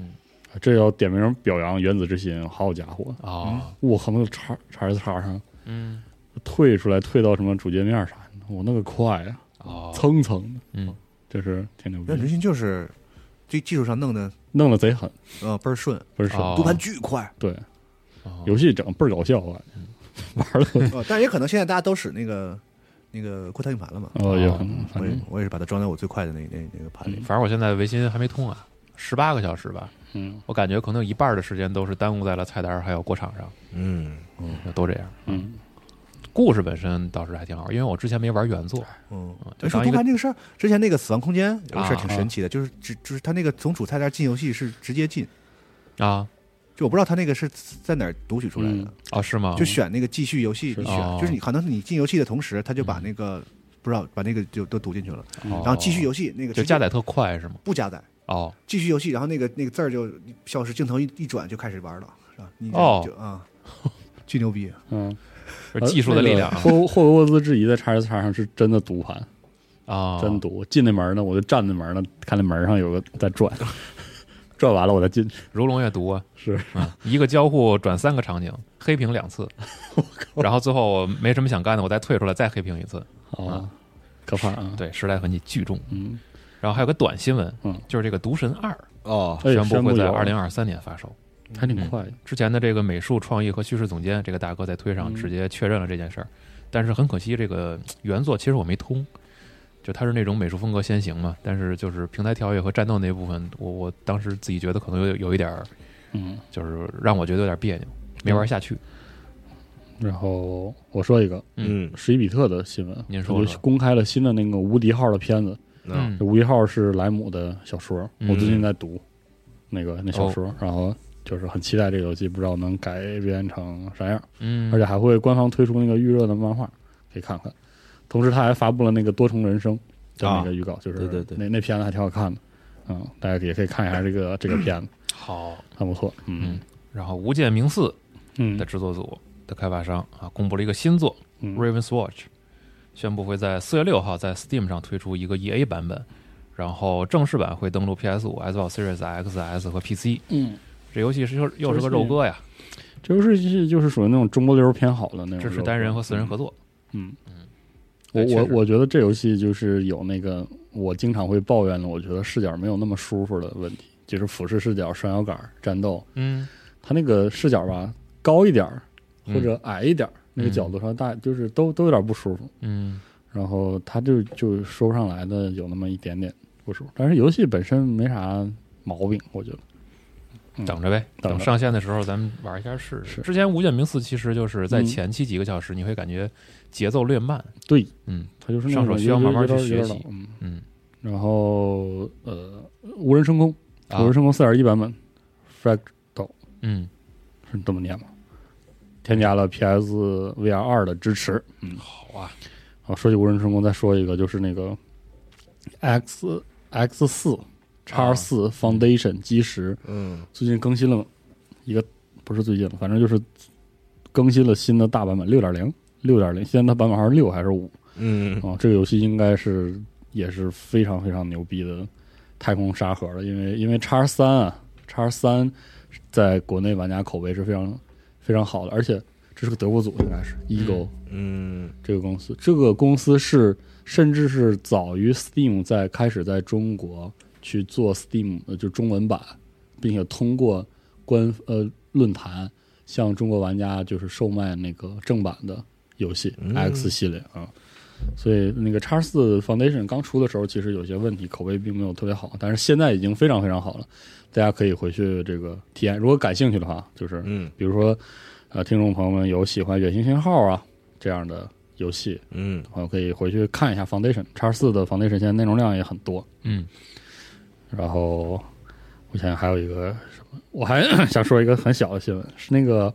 这要点名表扬《原子之心》，好家伙，
啊，
我恨不得叉叉 S 叉上
嗯，
退出来，退到什么主界面啥的，我那个快啊，
哦，
蹭蹭的，
嗯，
这是挺牛
原
逼
执
的，
行就是这技术上弄的
弄得贼狠，
呃倍儿顺，
不是说
哦
读盘巨快。
对
哦
游戏整得倍儿搞笑，我感觉玩的
呃，但是也可能现在大家都使那个那个固态硬盘了嘛。
哦有可
嗯
能，反
我也
正
我也是把它装在我最快的那那那个盘里。
反正我现在维新还没通啊，十八个小时吧，
嗯
我感觉可能有一半的时间都是耽误在了菜单还有过场上，
嗯，
都这样。
嗯，
故事本身倒是还挺好，因为我之前没玩原作，
嗯
嗯，就
哎说
当一
读
个
盘这个事儿，之前那个《死亡空间》有个事儿
啊
挺神奇的，就是只就是它那个从主菜单进游戏是直接进，
啊，
就我不知道它那个是在哪儿读取出来的
嗯，
哦，是吗？
就选那个继续游戏，
是
你
哦
选
嗯
就是你可能是你进游戏的同时，它就把那个不知道把那个就都读进去了，
哦，
然后继续游戏那个直
就
接
加载特快是吗？
不加载。
哦，
继续游戏，然后那个那个字儿就消失，镜头一一转就开始玩了，是吧？你就
哦
就啊，巨牛 逼！
嗯，
就是技术的力量
呃
啊
那个霍霍格沃兹之遗在叉 S 叉上是真的读盘，
啊，
真读。我进那门呢，我就站那门呢，看那门上有个在转， 转完了我再进去。
如龙阅读啊，
是
啊，一个交互转三个场景， 黑屏两次，然后最后没什么想干的，我再退出来再黑屏一次，
哦，可怕啊！
对，时代痕迹巨重。
嗯，
然后还有个短新闻
嗯，
就是这个《毒神二
哦》，
哎
宣布会在
宣布有
二零嗯二三年发售。
还挺快。
之前的这个美术创意和叙事总监这个大哥在推上
嗯
直接确认了这件事儿，但是很可惜，这个嘖原作其实我没通，就它是那种美术风格先行嘛，但是就是平台跳跃和战斗那部分，我我当时自己觉得可能有有一点儿，
嗯，
就是让我觉得有点别扭，没玩下去。
然后我说一个
嗯
史伊比特的新闻，
您说
就
说
公开了新的那个《无敌号》的片子，
嗯
《无敌号》是莱姆的小说，
嗯哦
我最近在读那个那小说，然后就是很期待这个游戏，不知道能改编成啥样。
嗯，
而且还会官方推出那个预热的漫画，可以看看。同时，他还发布了那个《多重人生》的那
啊
个预告，就是
对对对
那那片子还挺好看的，嗯，大家也可以看一下这个这个片子，
好，
很不错，嗯
然后《无间冥寺》
嗯
的制作组的开发商啊，公布了一个新作《
嗯
Raven's Watch》，宣布会在四月六号在 Steam 上推出一个 EA 版本，然后正式版会登陆 PS 五、Xbox Series X、S 和 PC。
嗯，
这游戏是又又是个肉鸽呀，
这游戏是就是属于那种中国流偏好的那种，
支持单人和四人合，作。
嗯
嗯
我
哎确
我
实
我觉得这游戏就是有那个我经常会抱怨的，我觉得视角没有那么舒服的问题，就是俯视视角、双摇杆、战斗，
嗯，
它那个视角吧高一点儿
嗯
或者矮一点儿，那个角度上大就是都都有点不舒服，
嗯，
然后它就就说不上来的有那么一点点不舒服，但是游戏本身没啥毛病，我觉得
等着呗，
等着
等上线的时候咱们玩一下试试。
是嗯
之前《无间冥寺》其实就是在前期几个小时，你会感觉节奏略慢，
对，
嗯
它就是那
上手
种
需要
有
慢慢
有点
去
有点
学
老
习
嗯
嗯，
然后呃，无人升空，
啊
无人升空四点一版本，Fractal
嗯，
是这么念吗？添加了 PSVR 二的支持。嗯，
好啊，
好，说起无人升空，再说一个，就是那个 X X 四叉四 Foundation 基石，
嗯，
最近更新了一个，不是最近了，反正就是更新了新的大版本六点零，六点零，现在它版本好像是六还是五
嗯，
啊？这个游戏应该是也是非常非常牛逼的太空沙盒了，因为因为叉三啊，叉三在国内玩家口碑是非常非常好的，而且这是个德国组，应该是 Eagle、
嗯，
这个公司，这个公司是甚至是早于 Steam 在开始在中国去做 Steam 呃就中文版，并且通过官呃论坛向中国玩家就是售卖那个正版的游戏、X 系列啊。所以那个叉四 Foundation 刚出的时候，其实有些问题，口碑并没有特别好，但是现在已经非常非常好了，大家可以回去这个体验。如果感兴趣的话，就是
嗯，
比如说，呃，听众朋友们有喜欢远行信号啊这样的游戏，
嗯，
朋友可以回去看一下 Foundation 叉四的 Foundation，现在内容量也很多。
嗯，
然后我想想还有一个什么，我还 想说一个很小的新闻，是那个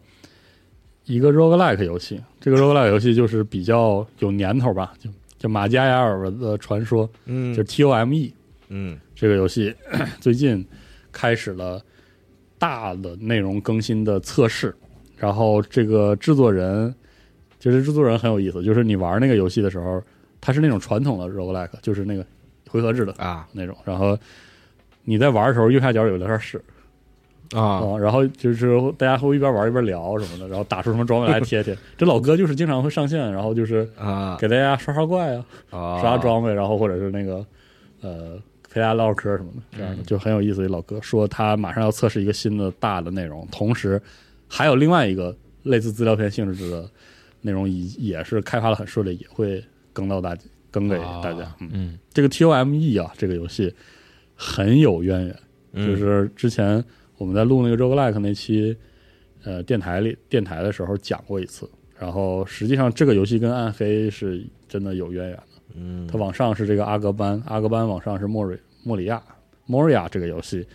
一个 roguelike 游戏，这个 roguelike 游戏就是比较有年头吧，就就马加亚尔文的传说，
嗯，
就是 TOME，
嗯，
这个游戏最近开始了大的内容更新的测试，然后这个制作人，就是制作人很有意思，就是你玩那个游戏的时候，它是那种传统的 roguelike，就是那个回合制的
啊
那种，然后你在玩的时候右下角有聊天室
啊，
啊，然后就是大家会一边玩一边聊什么的，然后打出什么装备来贴贴，这老哥就是经常会上线，然后就是
啊
给大家刷刷怪啊，
啊，
刷装备，然后或者是那个呃陪大家唠嗑什么的，
嗯
这样的就很有意思。一老哥说他马上要测试一个新的大的内容，同时还有另外一个类似资料片性质的内容，也也是开发的很顺利，也会更到大家更给大家。
啊
嗯，
嗯
这个 TOME 啊，这个游戏很有渊源，
嗯
就是之前我们在录那个 Roguelike 那期，呃，电台里电台的时候讲过一次。然后实际上这个游戏跟暗黑是真的有渊源的。
嗯，
它往上是这个阿格班，阿格班往上是莫瑞莫里亚，莫里亚这个游戏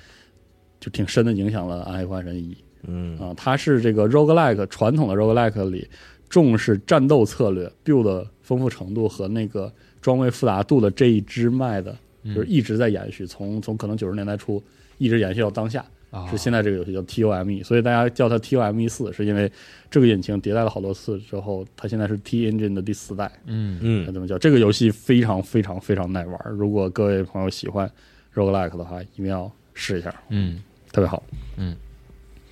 就挺深的影响了《暗黑破坏神一》
嗯
啊，它是这个 roguelike 传统的 roguelike 里重视战斗策略、build 的丰富程度和那个装备复杂度的这一支脉的，
嗯
就是一直在延续，从从可能九十年代初一直延续到当下。
啊，
是现在这个游戏叫 TOME，所以大 E，家叫它 TOME E 四，是因为这个引擎迭代了好多次之后，它现在是 T Engine 的第四代，
嗯
那
嗯
怎么叫？这个游戏非常非常非常耐玩儿，如果各位朋友喜欢 roguelike 的话，一定要试一下，
嗯，
特别好。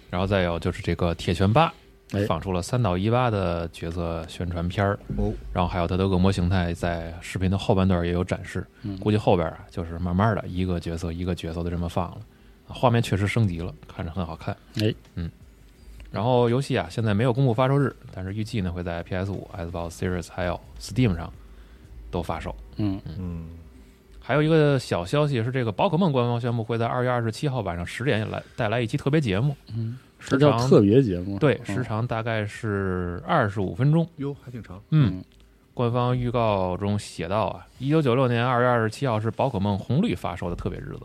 然后再有就是这个铁拳八
哎。
放出了三岛一八的角色宣传片儿，
哦
然后还有它的恶魔形态在视频的后半段也有展示，
嗯
估计后边啊就是慢慢的一个角色一个角色的这么放了，啊画面确实升级了，看着很好看。
哎，
嗯。然后游戏啊，现在没有公布发售日，但是预计呢会在 PS 五、Xbox Series 还有 Steam 上都发售。
嗯，
嗯，
还有一个小消息是，这个宝可梦官方宣布会在二月二十七号晚上十点来带来一期特别节目，
这嗯叫
时长
特别节目。
对，
嗯
时长大概是二十五分钟。
哟，还挺长，
嗯，官方预告中写道啊，一九九六年二月二十七号是宝可梦红绿发售的特别日子，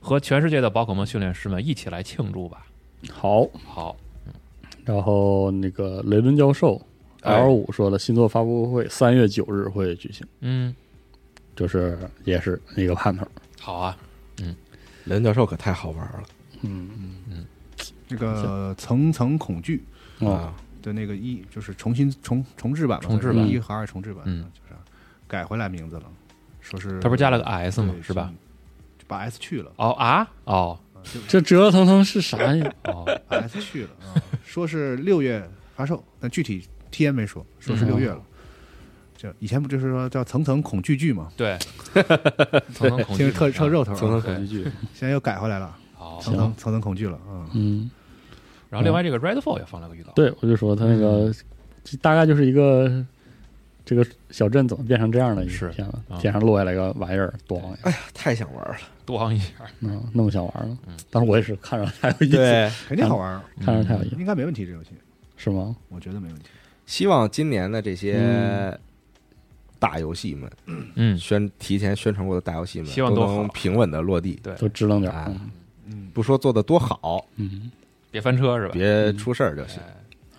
和全世界的宝可梦训练师们一起来庆祝吧。
好。
好，
然后那个雷伦教授
哎
L 五说了，新作发布会三月九日会举行，
嗯，
就是也是一个盼头。
好啊，
任教授可太好玩了
嗯
嗯
那个层层恐惧
哦，
啊，
的那个一就是重新重重置版吧，
重置
版
一和二重置版，
嗯，
就是改回来名字了，说是
他不是加了个 S 吗
对？
是吧？？
就把 S 去了，
哦啊，哦
这折折腾腾是啥呀？
哦，
把 S 去了啊， 说是六月发售，但具体 TN 没说，说是六月
嗯
了。这以前不就是说叫层层恐惧剧嘛，
对，层层恐
听
惧，
着特特肉头
层
啊，
层
对，
剧。
现在又改回来了，
好。
层层层层恐惧了啊。
嗯，
然后另外这个 Redfall 也放了个预告，
对，我就说他那个大概就是一个这个小镇怎么变成这样的一
是
个片子
啊，
天上落下来个玩意儿，咣一下，
太想玩 了，
多昂一下，
嗯，那么想玩了。当时我也是看着太有意思，
对，
肯定好玩儿，
看着太有意思，
应该没问题。这游戏
是吗？
我觉得没问题。
希望今年的这些
嗯
大游戏们
嗯，
宣提前宣传过的大游戏们，
希望
都
都好
能平稳的落地。
都支棱点儿
啊，
嗯
不说做的多好，
嗯，
别翻车是吧？
别出事儿就行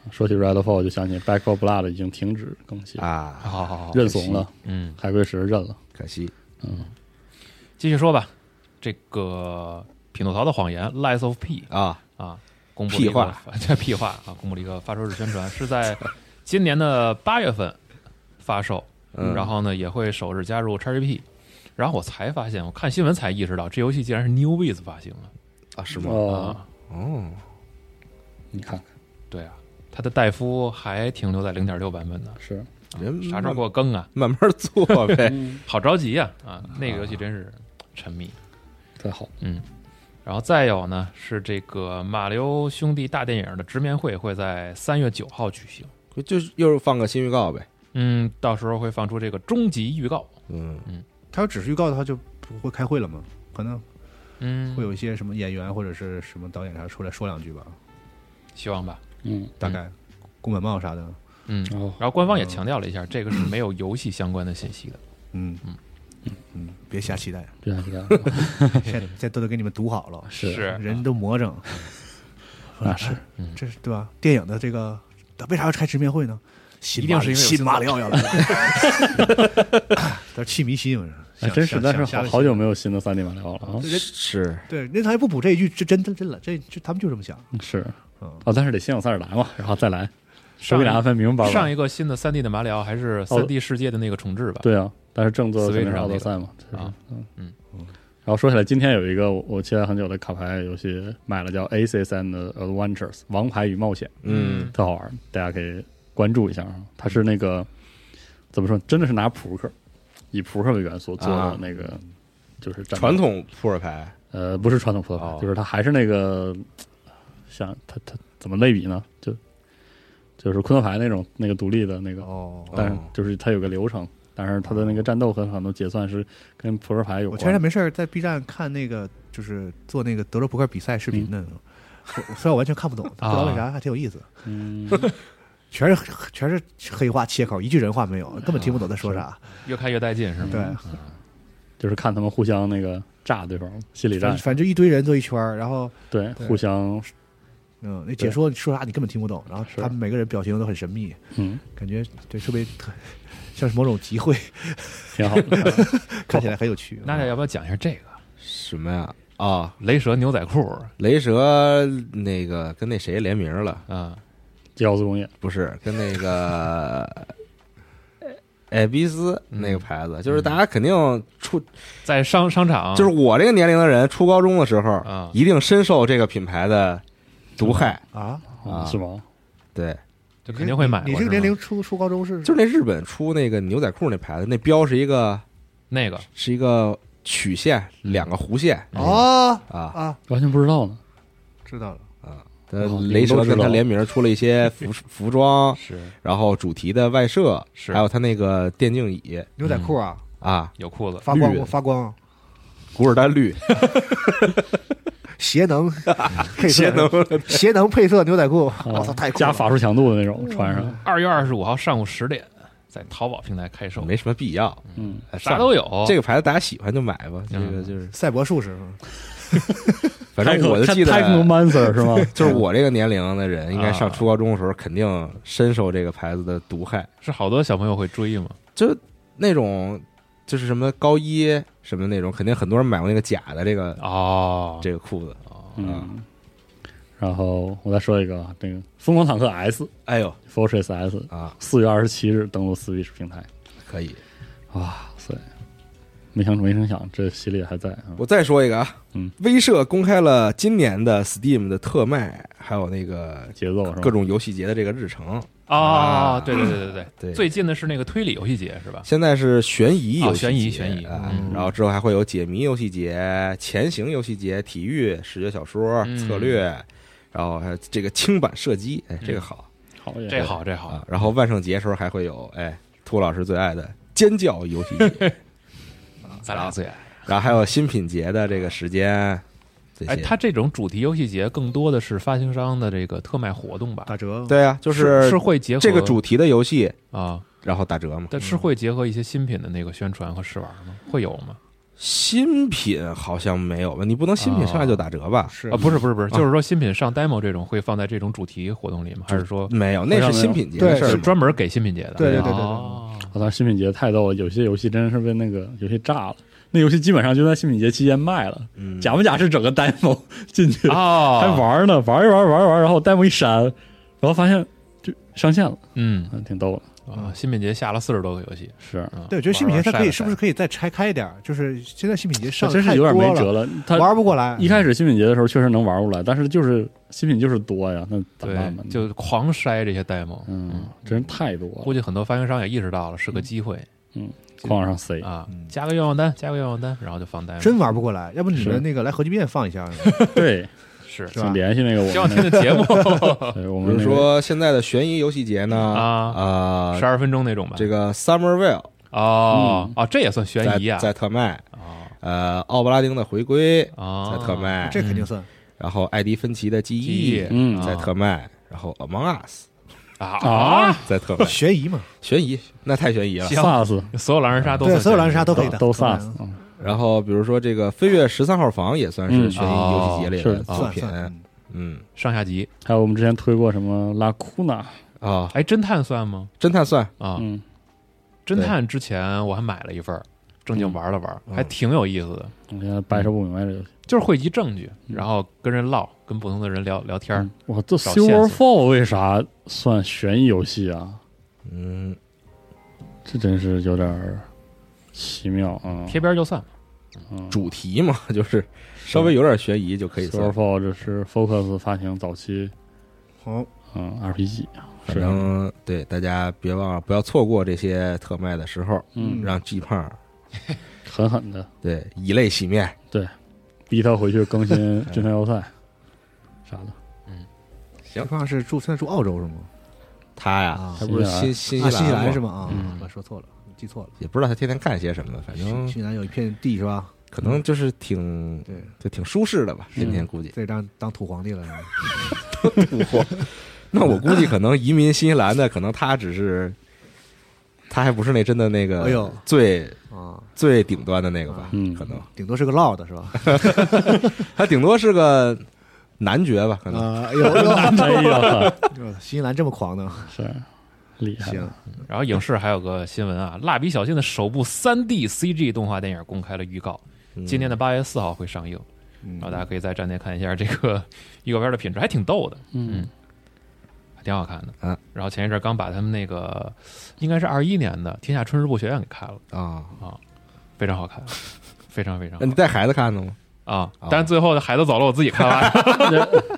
说起 Redfall，我就想起 Back for Blood 已经停止更
哎
新，
啊。
好好好，
认怂了，
嗯，
海龟石认了。
可惜，
嗯，
继续说吧。这个《匹诺曹的谎言》（Lies of P）
啊，
啊，公布了一个
屁话，
这 屁话啊，公布了一个发售日宣传，是 在今年的八月份发售，
嗯
然后呢也会首日加入 XGP。然后我才发现，我看新闻才意识到，这游戏竟然是 NewWiz 发行的
啊，是吗？
哦，
哦，
你看看
对啊，它的戴夫还停留在零点六版本呢，
是，嗯
人
啥时候给我更啊？
慢慢做 呗。
好着急呀、啊！那个游戏真是沉迷。嗯
太好了，
然后再有呢是这个马里奥兄弟大电影的直面会会在三月九号举行，
就是又是放个新预告呗。
嗯，到时候会放出这个终极预告，
嗯，
他要只是预告的话，就不会开会了嘛？可能
嗯
会，有一些什么演员或者是什么导演啥出来说两句吧，
希望吧，
嗯，
大概宫本茂啥的，
嗯。
然后
然后官方也强调了一下，这个是没有游戏相关的信息的。
嗯
嗯
嗯，别瞎期待，
这样这样，
现现在都得给你们读好了，
是啊
人都魔怔，哎
那是
这是对吧？电影的这个为啥要开直面会呢？
一定是因为有
新马
新
里
作
奥要来了， 但是气迷心，我是
哎，
想
真是，
想
但是
想瞎
好
了
好久没有新的三 D 马里奥了啊，
是
对，那他还不补这一句，这真的真了，这这他们就这么想。
是
嗯，
哦，但是得先有塞尔达嘛，然后再来，手
上
柄
一
两分明白吧？
上一个新的三 D 的马里奥还是三 D 世界的那个重置吧？，
哦对啊，但是正做
Switch
肯定是
上
奥
那个
德赛嘛，就是
啊，
嗯
嗯
然后说起来，今天有一个我我期待很久的卡牌游戏，买了叫《Aces and Adventures》王牌与冒险，
嗯
特好玩，大家可以关注一下啊。它是那个怎么说，真的是拿扑克，以扑克为元素做的
啊
那个，就是战
传统扑克牌
呃，不是传统扑克牌，
哦
就是它还是那个，像它它怎么类比呢？就就是昆特牌那种那个独立的那个，
哦，
但是
哦
就是它有个流程，但是它的那个战斗和很多结算是跟扑克牌有
我前两天
关的。
没事儿在 B 站看那个，就是做那个德州扑克比赛视频的，我我虽然我完全看不懂，但不知道为啥还挺有意思，
嗯，
全是全是黑话切口，一句人话没有，根本听不懂在说啥。
越看越带劲是吗？
对，
就是看他们互相那个炸对方，心理
反正，
战
反正一堆人坐一圈儿，然后
对，
对
互相，
嗯，那解说说啥你根本听不懂，然后
是
他们每个人表情都很神秘，
嗯，
感觉对特别特 像是某种集会，
挺好
啊
的。
看起来很有趣。
娜姐要不要讲一下这个
什么呀？啊，
雷蛇牛仔裤？
雷蛇那个跟那谁联名了？
啊，
饺子工业，
不是跟那个艾比斯那个牌子，就是大家肯定出，
在商商场
就是我这个年龄的人，初高中的时候
啊，
一定深受这个品牌的毒害。
啊，
啊
是吗？
对，
就肯定会买。
你这个年龄初初高中是
就是那日本出那个牛仔裤那牌子，那标是一个
那个
是一个曲线，两个弧线
哦
啊。
啊，
完全不知道呢。
知道了。
呃
哦，
雷蛇跟
你们都知
他
道
联名出了一些服服装，
是
然后主题的外设，
是
还有他那个电竞椅
牛仔裤啊，
啊，
有裤子，
发光
绿的
发光，
古尔丹绿，
鞋 能配色
节 能
鞋能配色牛仔裤，
啊
我操，太酷
加
了！
法术强度的那种穿上，
二月二十五号上午十点在淘宝平台开售，
没什么必要，
嗯，
哎
啥
上
都有。
这
个
个牌子大家喜欢就买吧，这
嗯
个就是，
赛博术士是吗
嗯
反正我就记
Techno
得，
Mancer 是吗？
就是我这个年龄的人，应该上
嗯啊
初高中的时候，肯定深受这个牌子的毒害，
是好多小朋友会追嘛？
就那种就是什么高一什么那种，肯定很多人买过那个假的这个
哦，
这个裤子，
嗯。然后我再说一个啊，这个《疯狂坦克 S
哎呦》
Fortress S，
啊，
四月二十七日登陆 Switch 平台。
可以，
哇塞，没想没成想，这系列还在啊。
我再说一个啊，
嗯，
威社公开了今年的 Steam 的特卖，还有那个
节奏是吧？
各种游戏节的这个日程。
哦，对对对对对
对
最近的是那个推理游戏节是吧？
现在是悬疑游戏节、
哦悬疑悬疑
啊、
嗯
然后之后还会有解谜游戏节、潜行游戏节、体育、视觉小说、
嗯
策略，然后还有这个轻版射击，哎，这个好、
好也
这好这好
啊。然后万圣节时候还会有，哎，兔老师最爱的尖叫游 戏节，
咱俩最爱。
然后还有新品节的这个时间。这些
哎，它这种主题游戏节更多的是发行商的这个特卖活动吧？
打折，
对啊，就是
是会结合
这个主题的游戏，
啊，
然后打折嘛。
但是会结合一些新品的那个宣传和试玩吗？会有吗？
新品好像没有吧？你不能新品上来就打折吧？
啊，不是不是不是，就是说新品上 demo 这种会放在这种主题活动里吗？还是说
没有，那是新品节
对
的事儿
是
嘛。
专门给新品节的？
对对对对对
哦
我啊操，新品节太逗了，有些游戏真是被那个游戏炸了。那游戏基本上就在新品节期间卖了，
嗯
假不假是整个 demo 进去，
哦，
还玩呢，玩一玩玩一玩，然后 demo 一删，然后发现就上线了，
嗯
嗯，挺逗的。
啊，新品节下了四十多个游戏，
是，
嗯
对，我觉得新品节它可以是不是
是？
可以再拆开一点儿？就是现在新品节上
啊真
太
是有点
多
没
了
辙了。他
玩不过来。
一开始新品节的时候确实能玩过来，但是就是新品就是多呀，那咋办吧
对，？就狂筛这些 demo，
嗯，真是太多了
估，计很多发行商也意识到了是
嗯
个机会
框上塞。
啊，加个愿望单，加个愿望单，然后就放 demo，
真玩不过来，要不你
是
们那个来核聚变放一下，
对，
是
是吧
请？联系那个
希
我
望
们
听的节目
那个，对我
比
们
如
那个
说现在的悬疑游戏节呢，
啊，
啊
十，二分钟那种吧，
这个 Somerville
哦哦，这也算悬疑
在
啊，
在特卖，
哦
呃，奥布拉丁的回归
哦，
在特卖，
这肯定算。
然后艾迪芬奇的记
记忆
忆
嗯
在特卖，然后 Among Us
啊
啊，
在 特卖，
悬疑嘛，
悬疑那太悬疑了。
行
，SARS
所有狼人杀都
对，
算
所有
悬
狼
疑
人
啊
杀都可以
都
打，
都
可以打
SARS，嗯
然后比如说这个《飞跃十三号房》也算是
嗯
悬疑游戏节类的
哦
作
算
品，
算。嗯
嗯
上下集，
还有我们之前推过什么拉库纳，
啊，
哎，侦探算吗？
侦探算
啊，
嗯，
侦探之前我还买了一份儿，正
嗯
经玩了玩，还挺有意思的，
我现在掰扯不明白这游戏。
就是汇集证据，
嗯
然后跟人唠，跟不同的人聊聊天儿
嗯，哇，这
找线索
Silver Fall 为啥算悬疑游戏啊？
嗯，
这真是有点儿奇妙啊！
贴边儿就算。
主题嘛， 就是稍微有点悬疑就可以算
Silver，Fall 这是 Focus 发行早期，
好，
嗯，RPG，
反
是啊
正对大家别忘了不要错过这些特卖的时候，
嗯，
让 G 胖
狠狠的
对以泪洗面。
逼他回去更 新《侦探要塞》啥的。
对方是住现在住澳洲是吗？
他呀
啊，
他不是新新
啊，新西兰
吗
是？吗？啊
嗯，哎
我说错了，记错了。
也不知道他天天干些什么，反
新
正
西兰有一片地是吧？
可能就是挺
对，
就挺舒适的吧，天天估计。
这当当土皇帝了。
我，那我估计可能移民新西兰的，可能他只是，他还不是那真的那个，
哎呦
最
啊，
最顶端的那个吧，
嗯
可能
顶多是个 lord 是吧？
他顶多是个男爵吧，可能。
啊，哎呦哎呦，
哎呀，
呃新西兰这么狂呢？
是厉害
行
了！，
然后影视还有个新闻啊，《蜡笔小新》的首部 3D CG 动画电影公开了预告，
嗯
今年的八月四号会上映，然后大家可以在站内看一下这个预告片的品质，还挺逗的，
嗯，
还挺好看的。
啊，
然后前一阵刚把他们那个应该是二一年的《天下春日部学院》给看了，
啊，
非常好看，非常非常
那你带孩子看的吗？
好啊
嗯哦！
但是最后的孩子走了，我自己看完了，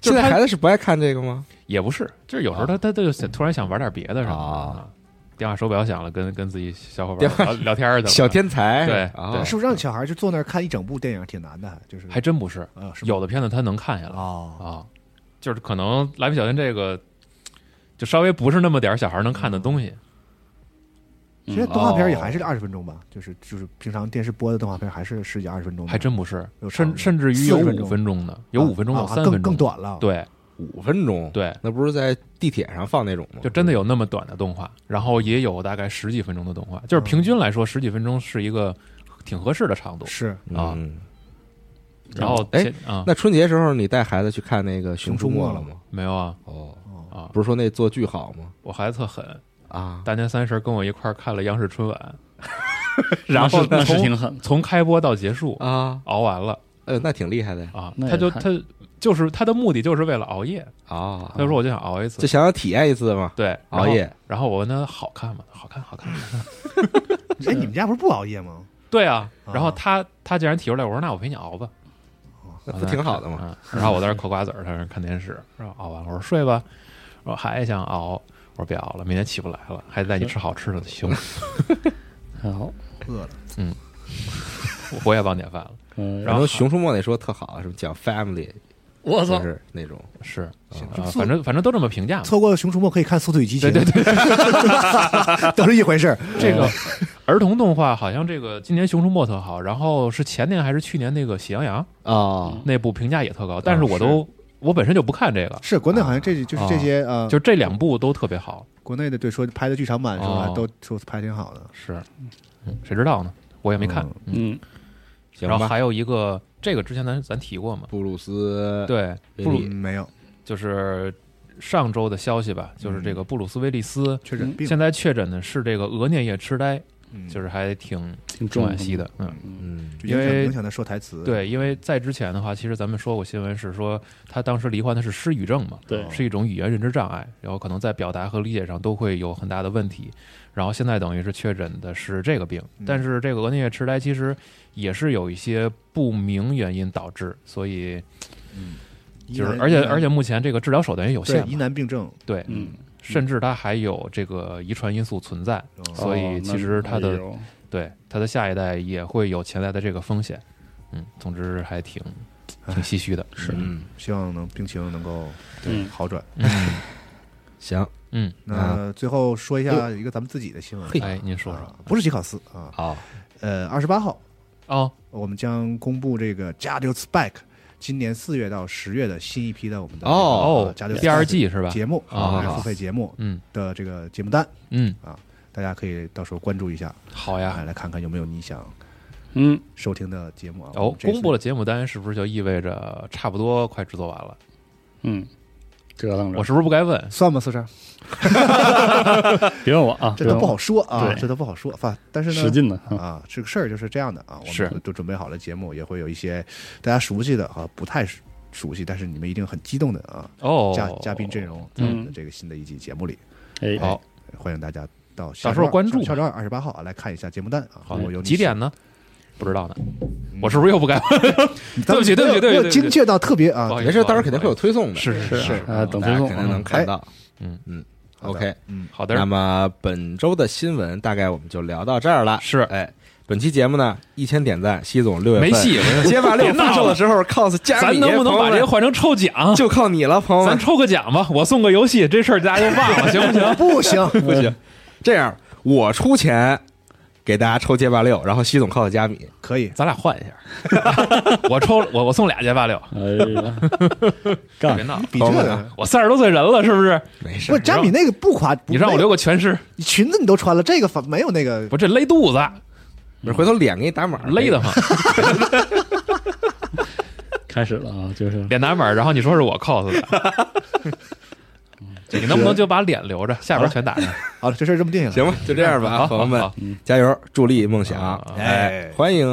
现在孩子是哦不爱看这个吗？
也不是，就是有时候他他他就想突然想玩点别的什么的
啊
啊。电话手表响了，跟跟自己小伙伴聊聊天儿去了。
小天才
对
啊，
是不是让小孩就坐那儿看一整部电影挺难的？就是
还真不是，
啊，是吗
有的片子他能看下来。
哦，
啊，就是可能蜡笔小新这个，就稍微不是那么点儿小孩能看的东西。嗯
其实动画片也还是二十分钟吧，就是就是平常电视播的动画片还是十几二十分钟的，
哦还真不是，
嗯有长
甚
的
甚至于有
40分
五
钟
分钟的，有五分钟，
啊
有
啊
三
更
分钟
更，短了。，
对
五分钟，
对，
那不是在地铁上放那种吗？
就真的有那么短的动画，然后也有大概十几分钟的动画，
嗯
就是平均来说，十几分钟是一个挺合适的长度。
是
啊
嗯
然后
哎
前啊，
那春节时候你带孩子去看那个《熊
熊出
出没》
没
了
了
吗？
没有啊
哦，
啊，
不是说那做剧好吗？
我孩子特狠，
啊，
大年三十跟我一块儿看了央视春晚，
然
后
后那是
从
挺狠的，
从开播到结束
啊，
熬完了
呃，那挺厉害的呀
啊，
那
他
也
就
太
他就是他的目的就是为了熬夜，
啊
他，就说我就想熬一次
就，想要体验一次嘛。
对，
熬夜。
然后我问他好看吗？好看，好看。
哎，你们家不是不熬夜吗？
对啊，
啊
然后他他竟然提出来，我说那我陪你熬吧，
那不挺好的吗？
嗯，然后我在这嗑瓜子儿，在那看电视，然后熬完了，我说睡吧，我说还想熬，我说别熬了，明天起不来了，还带你吃好吃的，行，
太好。
饿了，
我我也忘点饭了。
嗯，
然
然
后
后《熊出没》那说特好，什么讲 family，
我
就
操，
是那种
是，啊
就，
反正反正都这么评价嘛。
错过《熊出没》可以看《速度与激情》，对对 对，都是一回事儿。
这个儿童动画好像这个今年《熊出没》特好，然后是前年还是去年那个《喜羊羊》
啊
那部评价也特高，但是我都我本身就不看这个，
是国内好像这就是这些呃，
啊就这两部都特别好，
国内的对说拍的剧场版是吧
哦，
都都拍挺好的。
是，嗯谁知道呢？我也没看。嗯
嗯，
行
然后
吧。
还有一个，这个之前咱咱提过嘛？
布鲁斯，
对，
威
布鲁
利
嗯没有
就是上周的消息吧，就是这个布鲁斯威利斯
确诊病，
嗯现在确诊的是这个额颞叶痴呆，
嗯
就是还挺
挺重
惋惜的。嗯，
嗯，
就影响
因为
影响他说台词。，
对，因为在之前的话，其实咱们说过新闻是说他当时罹患的是失语症嘛，
对
哦
是一种语言认知障碍，然后可能在表达和理解上都会有很大的问题。然后现在等于是确诊的是这个病，但是这个额颞叶痴呆其实也是有一些不明原因导致，所以
嗯
就是而且而且目前这个治疗手段也有
对
限
疑
嘛，
难病症，
对，
嗯，
甚至它还有这个遗传因素存在，
哦
所以其实它的、
哦
对它的下一代也会有潜在的这个风险。嗯，总之还挺挺唏嘘的。
是
嗯，
希望能病情能够
嗯
好转。
行，
嗯，
那最后说一下一个咱们自己的新闻，
哎，您说说
啊，不是吉考斯啊，
好，
呃，二十八号
哦，
我们将公布这个《加六 Spike》今年四月到十月的新一批的我们的
哦
加六
第二季是吧？
节目
好好
啊，
好
付费节目
嗯
的这个节目单，
嗯，
大家可以到时候关注一下，
好
啊，
呀。
来看看有没有你想
嗯，
收听的节目啊。
哦，公布
了，
了节目单，是不是就意味着差不多快制作完了？
嗯，
嗯
折腾着，
我是不是不该问？
算吧，四十，
别问我啊，
这都不好
别
说啊，
对
这都不好说。反但是
问我，使
呢。
劲呢，啊
啊，这个事儿就是这样的啊，我
嗯是
们都准备好了节目，也会有一些大家熟悉的啊，不太熟悉，但是你们一定很激动的啊，
哦，
嘉嘉宾阵容在我们的
嗯
这个新的一季节目里，
哎，
好，
欢迎大家到
到时候关注吧
下周二二十八号啊来看一下节目单啊，我有
嗯几点呢？不知道呢。
嗯
我是不是又不该问？对
对
不起对不起对不起对不起
精确到特别啊
不，好意思
没事，到时候肯定会有推送的，
是是是
是啊，等
大
推
家
送
肯定能看到。
嗯
嗯
好的
，OK，
嗯，
好
那
的，
么本周的新闻大概我们就聊到这儿了。
是
哎，本期节目呢，一千点赞，西总六月份
没 戏。 我
街霸六
别闹
发售的时候，cos 加
咱
米，
能不能
朋友
把
们
这个换成抽奖？
就靠你了，朋友
咱
们。
抽个奖吧，我送个游戏，这事儿大家就忘了，行啊不行？
不行，
不行，这样我出钱给大家抽街霸六，然后西总 cos 加米。
可以，
咱俩换一下， 我抽我我送俩街霸六，
啊
哎呀，干
别，闹，
比
朋
这
友们
个
啊
我三十多岁人了，是不是？
没事
不，是贾米那个不夸，
你让我留个全尸，
你裙子你都穿了，这个反没有那个
我这勒肚子，
不是回头脸给你打码，
勒得。慌，
开始了啊， 就是
脸打满，然后你说是我 cos 的，
嗯
你能不能就把脸留着，下边全打 上？
好了，这事儿这么定下来，
行吧，就这样吧，
好
朋友们嗯
好好，
加油，助力梦想
啊！
哎，欢迎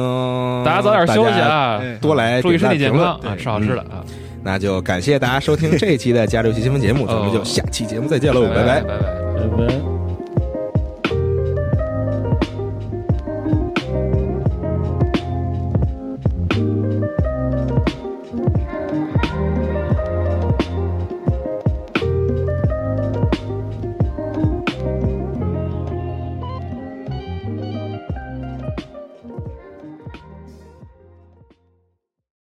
大家早点休息，啊，
多来
注意身体
点
健
赞
康
评论嗯
啊，吃好吃的啊，
那就
哦
感谢大家收听这一期的加六期新闻节目，咱们就下期节目再见喽，拜拜。
拜拜。
拜拜。